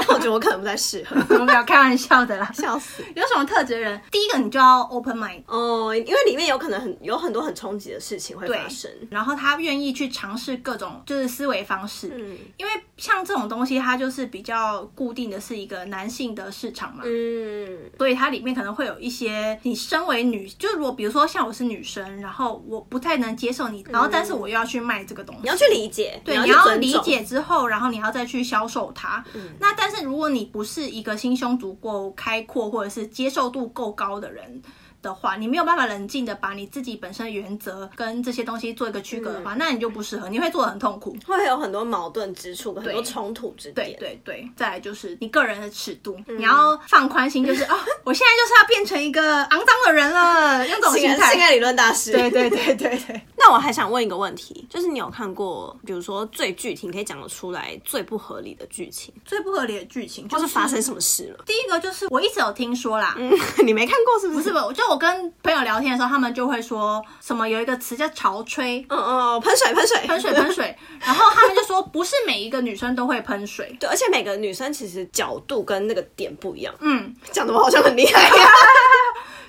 Speaker 2: 那我觉得我可能不太适合，
Speaker 1: 我们不要开玩 笑的啦。
Speaker 2: 笑死。
Speaker 1: 有什么特质的人？第一个，你就要 open mind，
Speaker 2: 哦，因为里面有可能很有很多很冲击的事情会
Speaker 1: 对
Speaker 2: 发生。
Speaker 1: 然后他愿意去尝试各种就是思维方式，
Speaker 2: 嗯
Speaker 1: 因为像这种东西，它就是比较固定的是一个男性的市场嘛，
Speaker 2: 嗯，
Speaker 1: 所以它里面可能会有一些你身为女，就如果比如说像我是女生，然后我不太能接受你，然后但是我又要去卖这个东西，
Speaker 2: 嗯你要去理解，
Speaker 1: 对，
Speaker 2: 你
Speaker 1: 你要
Speaker 2: 去尊嗯
Speaker 1: 理
Speaker 2: 重。
Speaker 1: 解之后，然后你要再去销售它。那但是如果你不是一个心胸足够开阔或者是接受度够高的人。的话，你没有办法冷静的把你自己本身的原则跟这些东西做一个区隔的
Speaker 2: 嗯
Speaker 1: 话，那你就不适合，你会做的很痛苦。
Speaker 2: 会有很多矛盾之处，很多冲突之点。
Speaker 1: 对
Speaker 2: 嗯
Speaker 1: 对对，再来就是你个人的尺度，你要放宽心， 就是哦，我现在就是要变成一个肮脏的人了，用这种
Speaker 2: 性
Speaker 1: 心
Speaker 2: 爱性
Speaker 1: 态。
Speaker 2: 爱理论大师，
Speaker 1: 对对对对 对，
Speaker 2: 那我还想问一个问题，就是你有看过，比如说最剧情可以讲得出来最不合理的剧情，
Speaker 1: 最不合理的剧情
Speaker 2: 或
Speaker 1: 就是是
Speaker 2: 发生嗯什么事了？
Speaker 1: 第一个就是我一直有听说啦，
Speaker 2: 你没看过是不
Speaker 1: 不
Speaker 2: 是？
Speaker 1: 是吧？就我跟朋友聊天的时候，他们就会说什么有一个词叫潮 吹，
Speaker 2: 嗯嗯，喷水喷水
Speaker 1: 哦喷 水喷水，然后他们就说不是每一个女生都会喷水。
Speaker 2: 对，而且每个女生其实角度跟那个点不一样。
Speaker 1: 嗯，
Speaker 2: 讲的我好像很厉害啊 呀、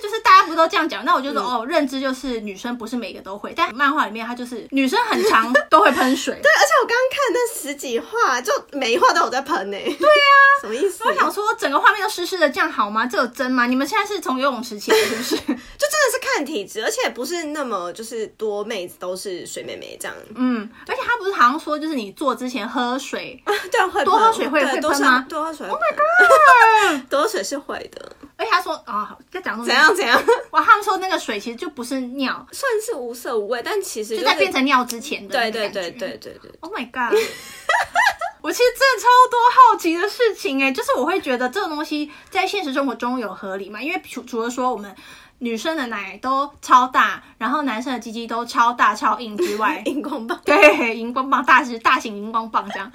Speaker 1: 就是大家不都这样讲，那我就说、
Speaker 2: 嗯
Speaker 1: 哦，认知就是女生不是每个都会，但漫画里面它就是女生很长都会喷水。
Speaker 2: 对，而且我刚刚看那十几话，就每一话都有在喷呢、对呀、什么意思？
Speaker 1: 啊我想说，整个画面都湿湿的，这样好吗？这有真吗？你们现在是从游泳池起来是不是？
Speaker 2: 就真的是看体质，而且不是那么就是多妹子都是水妹妹这样，
Speaker 1: 嗯，而且他不是好像说，就是你做之前喝水，
Speaker 2: 这样会
Speaker 1: 多喝水会
Speaker 2: 对
Speaker 1: 会
Speaker 2: 多
Speaker 1: 喷
Speaker 2: 水
Speaker 1: 吗
Speaker 2: 多喝水，Oh my god，多喝 水是会的，
Speaker 1: 而且他说啊，好在讲什么
Speaker 2: 怎？样怎样，
Speaker 1: 哇，他们说那个水其实就不是尿，
Speaker 2: 算是无色无味，但其实
Speaker 1: 就
Speaker 2: 就
Speaker 1: 在
Speaker 2: 是
Speaker 1: 变成尿之前的那个
Speaker 2: 对对
Speaker 1: 感觉。
Speaker 2: 对对对对，，
Speaker 1: Oh my god！我其实真的超多好奇的事情哎、就是我会觉得这种东西在现实生活中有合理吗？因为除除了说我们女生的奶都超大，然后男生的鸡鸡都超大超硬之外
Speaker 2: 荧光棒。
Speaker 1: 哎 对，荧光棒大只大型荧光棒这样，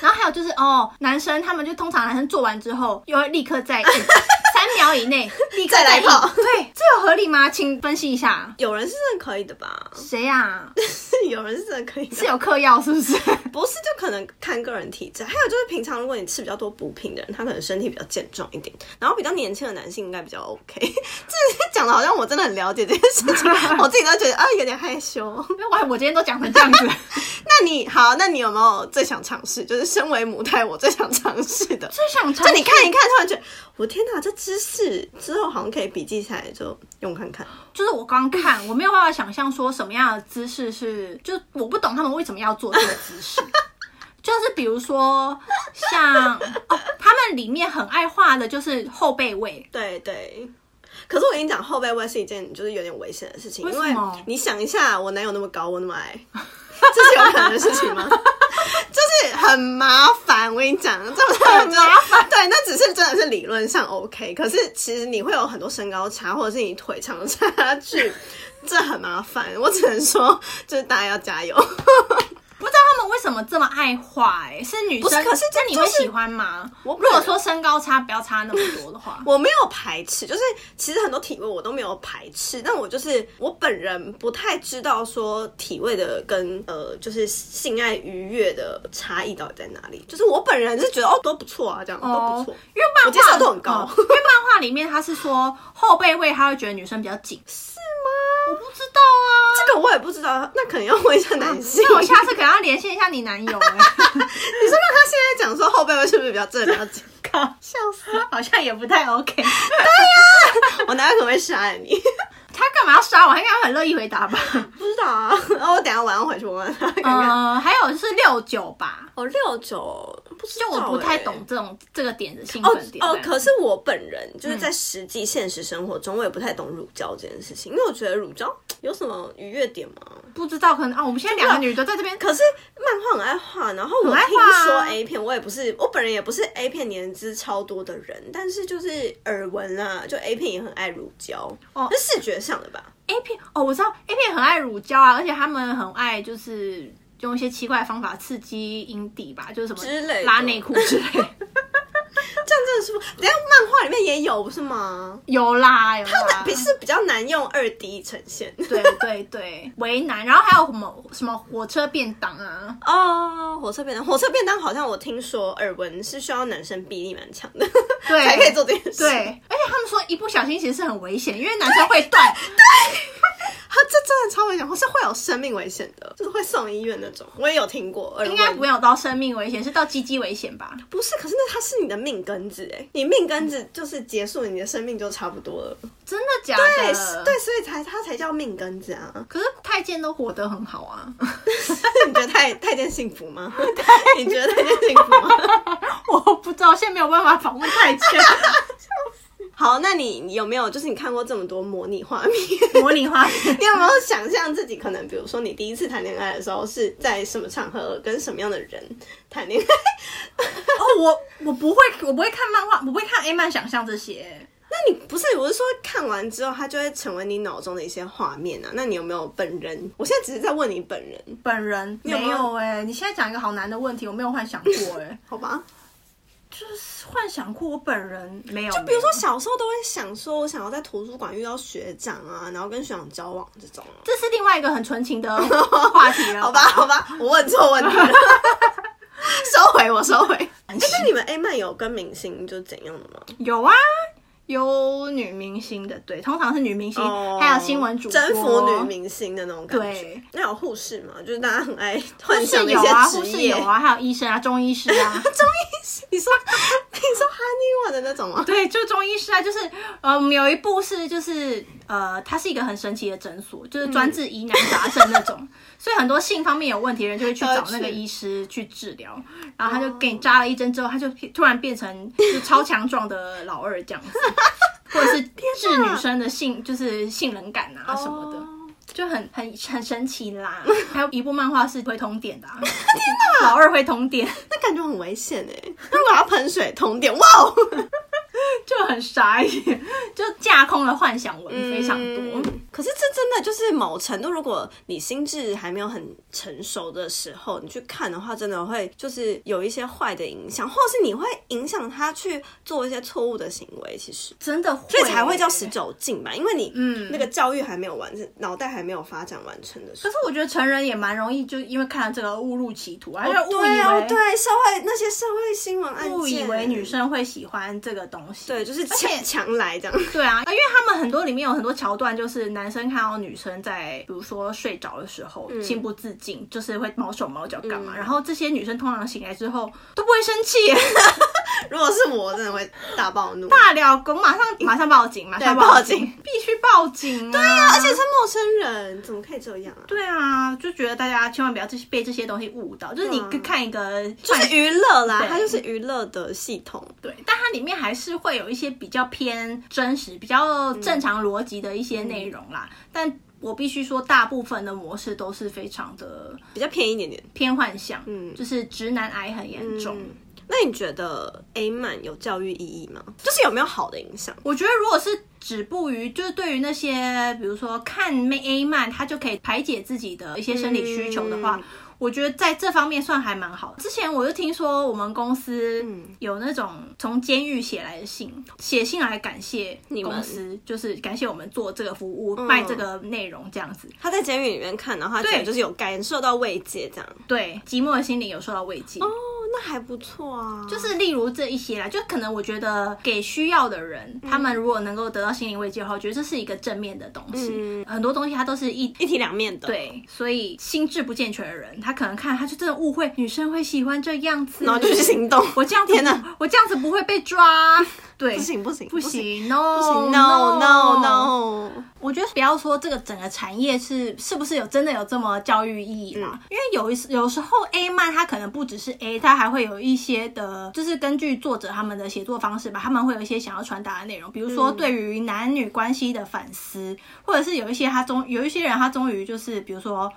Speaker 1: 然后还有就是哦，男生他们就通常男生做完之后，又会立刻再 硬，三秒以内立刻
Speaker 2: 再来
Speaker 1: 硬
Speaker 2: 泡
Speaker 1: 对，这有合理吗？请分析一下。
Speaker 2: 有人是认可以的吧？
Speaker 1: 谁呀、啊
Speaker 2: 有人是真的可以的
Speaker 1: 是有嗑药是不是？
Speaker 2: 不是，就可能看个人体质，还有就是平常如果你吃比较多补品的人，他可能身体比较健壮一点，然后比较年轻的男性应该比较 OK。这 是讲的好像我真的很了解这件事 情，我自己都觉得啊有点害羞。
Speaker 1: 因为我我今天都讲成这样子，
Speaker 2: 那你好，那你有没有最想尝试？就是身为母胎，我最想尝试 的，
Speaker 1: 最想尝
Speaker 2: 就
Speaker 1: 试
Speaker 2: 你看一看，突然觉得我天哪，这知识之后好像可以笔记下来，就用看看。
Speaker 1: 就是我刚看，我没有办法想象说什么样的姿势是，就我不懂他们为什么要做这个姿 势。就是比如说像哦，他们里面很爱画的就是后背位，
Speaker 2: 对对。可是我跟你讲，后背位是一件就是有点危险的事情，
Speaker 1: 为
Speaker 2: 因
Speaker 1: 什
Speaker 2: 为
Speaker 1: 么
Speaker 2: 你想一下，我男友那么高，我那么 矮，这是有可能的事情 吗？就是很麻烦，我跟你讲，这不是很麻烦？对，那只是真的是理论上 OK，可是其实你会有很多身高差，或者是你腿长的差距，这很麻烦。我只能说，就是大家要加油。
Speaker 1: 不知道他们为什么这么爱画、欸，是女
Speaker 2: 不
Speaker 1: 生？
Speaker 2: 是可是这
Speaker 1: 那你
Speaker 2: 就
Speaker 1: 会
Speaker 2: 是
Speaker 1: 喜欢吗？
Speaker 2: 我，
Speaker 1: 如果说身高差不要差那么多的 话
Speaker 2: 我没有排斥，就是其实很多体位我都没有排斥，但我就是我本人不太知道说体位的跟呃就是性爱愉悦的差异到底在哪里。就是我本人是觉得哦都不错啊，这样、都不错。
Speaker 1: 哦因为漫画
Speaker 2: 我接受度很高
Speaker 1: 嗯因为漫画里面他是说后背位，他会觉得女生比较紧，是吗？我不知道啊，
Speaker 2: 这个我也不知道，那可能要问一啊下男性。
Speaker 1: 那我下次可能要连线一下你男友、 欸。
Speaker 2: 你说让他现在讲说后背位是不是比较正啊比较紧？
Speaker 1: 靠，笑死！好像也不太 OK。
Speaker 2: 我男友可能会杀了你？
Speaker 1: 他干嘛要杀我？他应该很乐意回答吧。
Speaker 2: 不知道 啊，然后我等一下晚上回去问问他看看。
Speaker 1: 呃，还有是六九吧，
Speaker 2: 哦，六九，不知
Speaker 1: 就
Speaker 2: 道
Speaker 1: 我不太
Speaker 2: 欸
Speaker 1: 懂这种这个点子兴
Speaker 2: 哦
Speaker 1: 奋点。
Speaker 2: 哦，可是我本人就是在实际现实生活中，我也不太懂乳胶这件事情，因为我觉得乳胶有什么愉悦点吗？
Speaker 1: 不知道，可能哦，我们现在两个女的在这边，
Speaker 2: 可是漫画很爱画，然后
Speaker 1: 很
Speaker 2: 我
Speaker 1: 爱
Speaker 2: 听
Speaker 1: 画啊
Speaker 2: 说 A 片，我也不是，我本人也不是 A 片年资超多的人，但是就是耳闻啦，就 A 片也很爱乳胶，
Speaker 1: 哦
Speaker 2: 是视觉上的吧？
Speaker 1: A 片哦，我知道 A 片很爱乳胶啊，而且他们很爱就是用一些奇怪的方法刺激阴蒂吧，就是什么
Speaker 2: 之类的
Speaker 1: 拉内裤之类的。
Speaker 2: 这样真的是不，等一下漫画里面也有不是吗？
Speaker 1: 有啦有啦，
Speaker 2: 啊比是比较难用二 D 呈现
Speaker 1: 对对对，为难。然后还有什么什么火车便当啊？
Speaker 2: 哦。火车便当，火车便当好像我听说耳闻是需要男生臂力蛮强的，
Speaker 1: 对，
Speaker 2: 才可以做这件事。
Speaker 1: 对，而且他们说一不小心其实是很危险，因为男生会断。
Speaker 2: 他这真的超危险，或是会有生命危险的，就是会送医院那种。我也有听过，
Speaker 1: 应该
Speaker 2: 耳
Speaker 1: 没
Speaker 2: 闻
Speaker 1: 有到生命危险，是到鸡鸡危险吧？
Speaker 2: 不是，可是那它是你的命根子哎，你命根子就是结束你的生命就差不多了。
Speaker 1: 真的假
Speaker 2: 对
Speaker 1: 的？
Speaker 2: 对，所以才它才叫命根子 啊。
Speaker 1: 可是太监都活得很好啊，
Speaker 2: 你觉得太太监幸福吗？你觉得太监幸福吗？
Speaker 1: 我不知道，现在没有办法访问太监。
Speaker 2: 好，那你你有没有就是你看过这么多模拟画面？
Speaker 1: 模拟画面，
Speaker 2: 你有没有想象自己可能，比如说你第一次谈恋爱的时候是在什么场合跟什么样的人谈恋爱？
Speaker 1: 哦，我我不会，我不会看漫画，我不会看 A 漫想象这些。
Speaker 2: 那你不是我是说看完之后，它就会成为你脑中的一些画面啊？那你有没有本人？我现在只是在问你本人，
Speaker 1: 本人
Speaker 2: 你有没
Speaker 1: 没
Speaker 2: 有
Speaker 1: 有哎、你现在讲一个好难的问题，我没有幻想过哎、
Speaker 2: 好吧？
Speaker 1: 就是幻想过我本人没有。就
Speaker 2: 比如说小时候都会想说，我想要在图书馆遇到学长啊，然后跟学长交往这种啊。
Speaker 1: 这是另外一个很纯情 的话题了，
Speaker 2: 好吧，好吧，我问错问 题了，收回，我收回。哎、那你们 A 漫有跟明星就怎样的吗？
Speaker 1: 有啊，有女明星的，对，通常是女明星，
Speaker 2: 哦
Speaker 1: 哎还有新闻主播，
Speaker 2: 征服女明星的那种感觉
Speaker 1: 对。
Speaker 2: 那有护士吗？就是大家很爱
Speaker 1: 护
Speaker 2: 幻想
Speaker 1: 士
Speaker 2: 的
Speaker 1: 有
Speaker 2: 一些
Speaker 1: 啊，护
Speaker 2: 职
Speaker 1: 士
Speaker 2: 业。
Speaker 1: 有啊，还有医生啊，中医师啊，
Speaker 2: 你说 你说哈尼瓦的那种吗？
Speaker 1: 对，就中医师啊，就是嗯，有一部是就是呃，它是一个很神奇的诊所，就是专治疑难杂症那种， 所以很多性方面有问题的人就会去找那个医师去治疗，然后他就给你扎了一针之后，他就突然变成就是超强壮的老二这样子。 或 者是治女生的性，就是性冷感啊什么的就很很很神奇啦。 还有一部漫画是会通电的、啊， 天哪，老二会通 电，
Speaker 2: 那感觉很危险哎、如果要喷水通电，哇哦！
Speaker 1: 就很傻眼，就架空了幻想文非常多。
Speaker 2: 嗯可是这真的就是某程度，如果你心智还没有很成熟的时候，你去看的话，真的会就是有一些坏的影响，或者是你会影响他去做一些错误的行为。其实，
Speaker 1: 真的会，
Speaker 2: 所以才会叫十。九禁吧，因为你嗯那个教育还没有完成，脑袋还没有发展完成的时
Speaker 1: 可
Speaker 2: 候。
Speaker 1: 是我觉得成人也蛮容易，就因为看了这个误入歧途，而且误
Speaker 2: 对哦，
Speaker 1: 啊以为
Speaker 2: 对社会那些社会新闻案件，
Speaker 1: 误以为女生会喜欢这个东西，
Speaker 2: 对就是
Speaker 1: 而且
Speaker 2: 强强来这样。
Speaker 1: 对啊，因为他们很多里面有很多桥段，就是男生看到女生在，比如说睡着的时
Speaker 2: 嗯
Speaker 1: 候，情不自禁，就是会毛手毛脚干嘛。然后这些女生通常醒来之后都不会生气，
Speaker 2: 如果是我，真的会大暴怒。
Speaker 1: 大了狗马上马上报警，马上
Speaker 2: 报
Speaker 1: 警，
Speaker 2: 警
Speaker 1: 必须报警、对
Speaker 2: 对啊，而且是陌生人，怎么可以这样啊？
Speaker 1: 对啊，就觉得大家千万不要这些被这些东西误导，就是你
Speaker 2: 对啊
Speaker 1: 看一个
Speaker 2: 就是娱乐啦
Speaker 1: 对，
Speaker 2: 它就是娱乐的系统。
Speaker 1: 对，但它里面还是会有一些比较偏真实、比较
Speaker 2: 嗯
Speaker 1: 正常逻辑的一些内容啦。但我必须说，大部分的模式都是非常的
Speaker 2: 比较便宜一点点。
Speaker 1: 偏幻想，嗯，就是直男癌很严重。
Speaker 2: 嗯，那你觉得 A 漫有教育意义吗？就是有没有好的影响？
Speaker 1: 我觉得如果是止步于，就是对于那些比如说看妹 A 漫，他就可以排解自己的一些生理需求的话。
Speaker 2: 嗯
Speaker 1: 我觉得在这方面算还蛮好的。之前我就听说我们公司
Speaker 2: 嗯
Speaker 1: 有那种从监狱写来的信，写信来感谢
Speaker 2: 你们嗯
Speaker 1: 公司，就是感谢我们做这个服务、卖这个内容这样子。
Speaker 2: 他在监狱里面看，然后他觉得就是有感受到慰藉这样。
Speaker 1: 对，寂寞的心灵有受到慰藉。
Speaker 2: 哦，那还不错啊。就
Speaker 1: 就是例如这一些啦，就可能我觉得给需要的人，
Speaker 2: 嗯
Speaker 1: 他们如果能够得到心灵慰藉的话，我觉得这是一个正面的东西。
Speaker 2: 嗯
Speaker 1: 很多东西它都是一
Speaker 2: 一体两面的。。
Speaker 1: 对，所以心智不健全的人，他可能看他就真的误会女生会喜欢这样子，
Speaker 2: 然后就去行动
Speaker 1: 我这样子，
Speaker 2: 天哪，
Speaker 1: 我这样子不会被抓。对，
Speaker 2: 不行不行
Speaker 1: 不行，no
Speaker 2: 不行，no no no。
Speaker 1: 我觉得不要说这个整个产业是是不是有真的有这么教育意义啦，
Speaker 2: 嗯
Speaker 1: 因为有一有时候 A 漫它可能不只是 A，它还会有一些的，就是根据作者他们的写作方式吧，他们会有一些想要传达的内容，比如
Speaker 2: 嗯
Speaker 1: 说对于男女关系的反思，或者是有一些他终有一些人他终于就是比如说。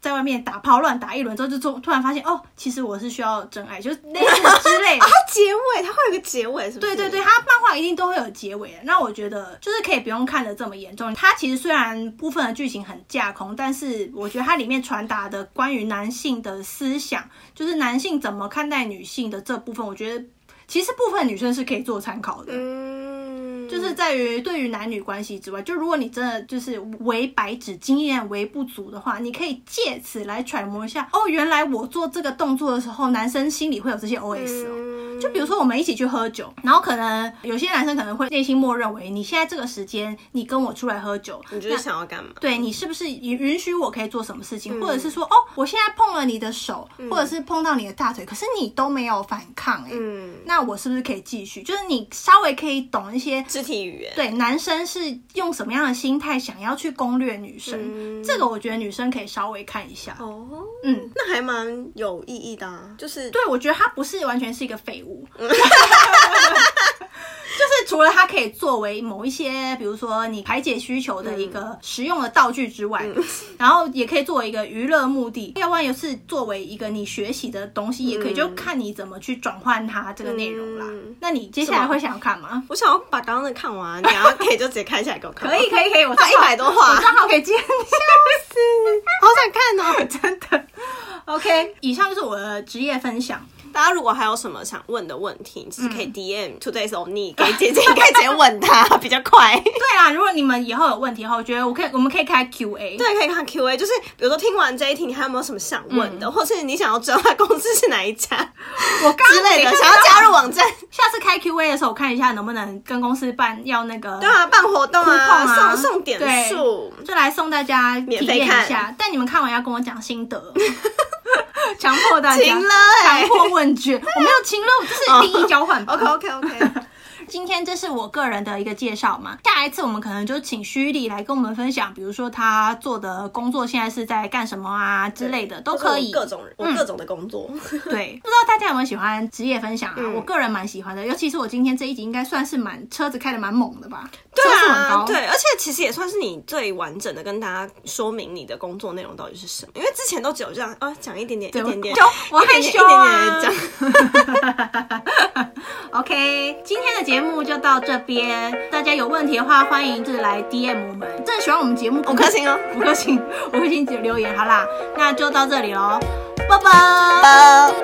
Speaker 1: 在外面打炮乱打一轮之后，就突突然发现哦，其实我是需要真爱，就是类似之类的。
Speaker 2: 它结尾，它会有一个结尾，是不
Speaker 1: 对
Speaker 2: 是？
Speaker 1: 对对，，它漫画一定都会有结尾的。那我觉得就是可以不用看得这么严重。它其实虽然部分的剧情很架空，但是我觉得它里面传达的关于男性的思想，就是男性怎么看待女性的这部分，我觉得其实部分女生是可以做参考的。
Speaker 2: 嗯，
Speaker 1: 就是在于对于男女关系之外，就如果你真的就是为白纸经验为不足的话，你可以借此来揣摩一下，哦，原来我做这个动作的时候，男生心里会有这些 OS 哦。
Speaker 2: 嗯
Speaker 1: 就比如说我们一起去喝酒，然后可能有些男生可能会内心默认为你现在这个时间你跟我出来喝酒，
Speaker 2: 你就是想要干嘛？
Speaker 1: 对你是不是允允许我可以做什么事情，或者
Speaker 2: 嗯
Speaker 1: 是说哦，我现在碰了你的手，或者是碰到你的大腿，可是你都没有反抗、欸，
Speaker 2: 嗯，
Speaker 1: 那我是不是可以继续？就是你稍微可以懂一些。
Speaker 2: 肢体语言。
Speaker 1: 对，男生是用什么样的心态想要去攻略女生？
Speaker 2: 嗯
Speaker 1: 这个我觉得女生可以稍微看一下。
Speaker 2: 哦，
Speaker 1: 嗯，
Speaker 2: 那还蛮有意义的啊，就是
Speaker 1: 对，我觉得他不是完全是一个废物， 就是除了它可以作为某一些，比如说你排解需求的一个实用的道具之外，然后也可以作为一个娱乐目的，要不然也是作为一个你学习的东西，也可以就看你怎么去转换它这个内容啦。
Speaker 2: 嗯
Speaker 1: 那你接下来会想要看吗？
Speaker 2: 我想要把刚刚的看完，你要可以就直接开起来给我 看。
Speaker 1: 可以，可以，可以，我
Speaker 2: 它
Speaker 1: 账号
Speaker 2: 100多话
Speaker 1: 我账号可以 接。
Speaker 2: 好想看 哦！
Speaker 1: 真的，OK，以上就是我的职业分享。
Speaker 2: 大家如果还有什么想问的问题，就是可以 DM Today's Only 给姐姐，可以直接问 她，比较快。
Speaker 1: 对啊，如果你们以后有问题的话，我觉得我可以，我们可以开 QA。
Speaker 2: 对，可以看 Q&A，就是比如说听完这一题，你还有没有什么想问的，或是你想要知道他公司是哪一家
Speaker 1: 我刚
Speaker 2: 之
Speaker 1: 刚
Speaker 2: 类的，
Speaker 1: 等一
Speaker 2: 想
Speaker 1: 下
Speaker 2: 要加入网站，
Speaker 1: 下次开 Q&A 的时候，我看一下能不能跟公司办要那个
Speaker 2: 对啊，办活动
Speaker 1: coupon 啊
Speaker 2: 送送点数，
Speaker 1: 对就来送大家体
Speaker 2: 免费
Speaker 1: 验一下
Speaker 2: 看。
Speaker 1: 但你们看完要跟我讲心 得，强迫大家
Speaker 2: 行了
Speaker 1: 强
Speaker 2: 哎
Speaker 1: 迫问卷，我没有情了，我这是利益交换吧。
Speaker 2: 哦，OK OK OK，
Speaker 1: 今天这是我个人的一个介绍嘛，下一次我们可能就请虚丽来跟我们分享，比如说她做的工作现在是在干什么啊之类的都可以。
Speaker 2: 各种人，我各种的工作，
Speaker 1: 对，不知道大家有没有喜欢职业分享
Speaker 2: 嗯
Speaker 1: 啊？我个人蛮喜欢的，尤其是我今天这一集应该算是蛮车子开的蛮猛的吧，车速很高。
Speaker 2: 对，而且其实也算是你最完整的跟大家说明你的工作内容到底是什么，因为之前都只有这样啊，讲一点点，一
Speaker 1: 对，
Speaker 2: 点点，
Speaker 1: 就我害羞
Speaker 2: 一点点一点
Speaker 1: 啊
Speaker 2: 点地讲。。
Speaker 1: OK，今天的节目就到这边，大家有问题的话，欢迎就是来 DM 我们。真的喜欢我们节目，
Speaker 2: 五颗星哦，
Speaker 1: 五颗星，五颗星留言。好啦，那就到这里喽，拜拜。
Speaker 2: 拜。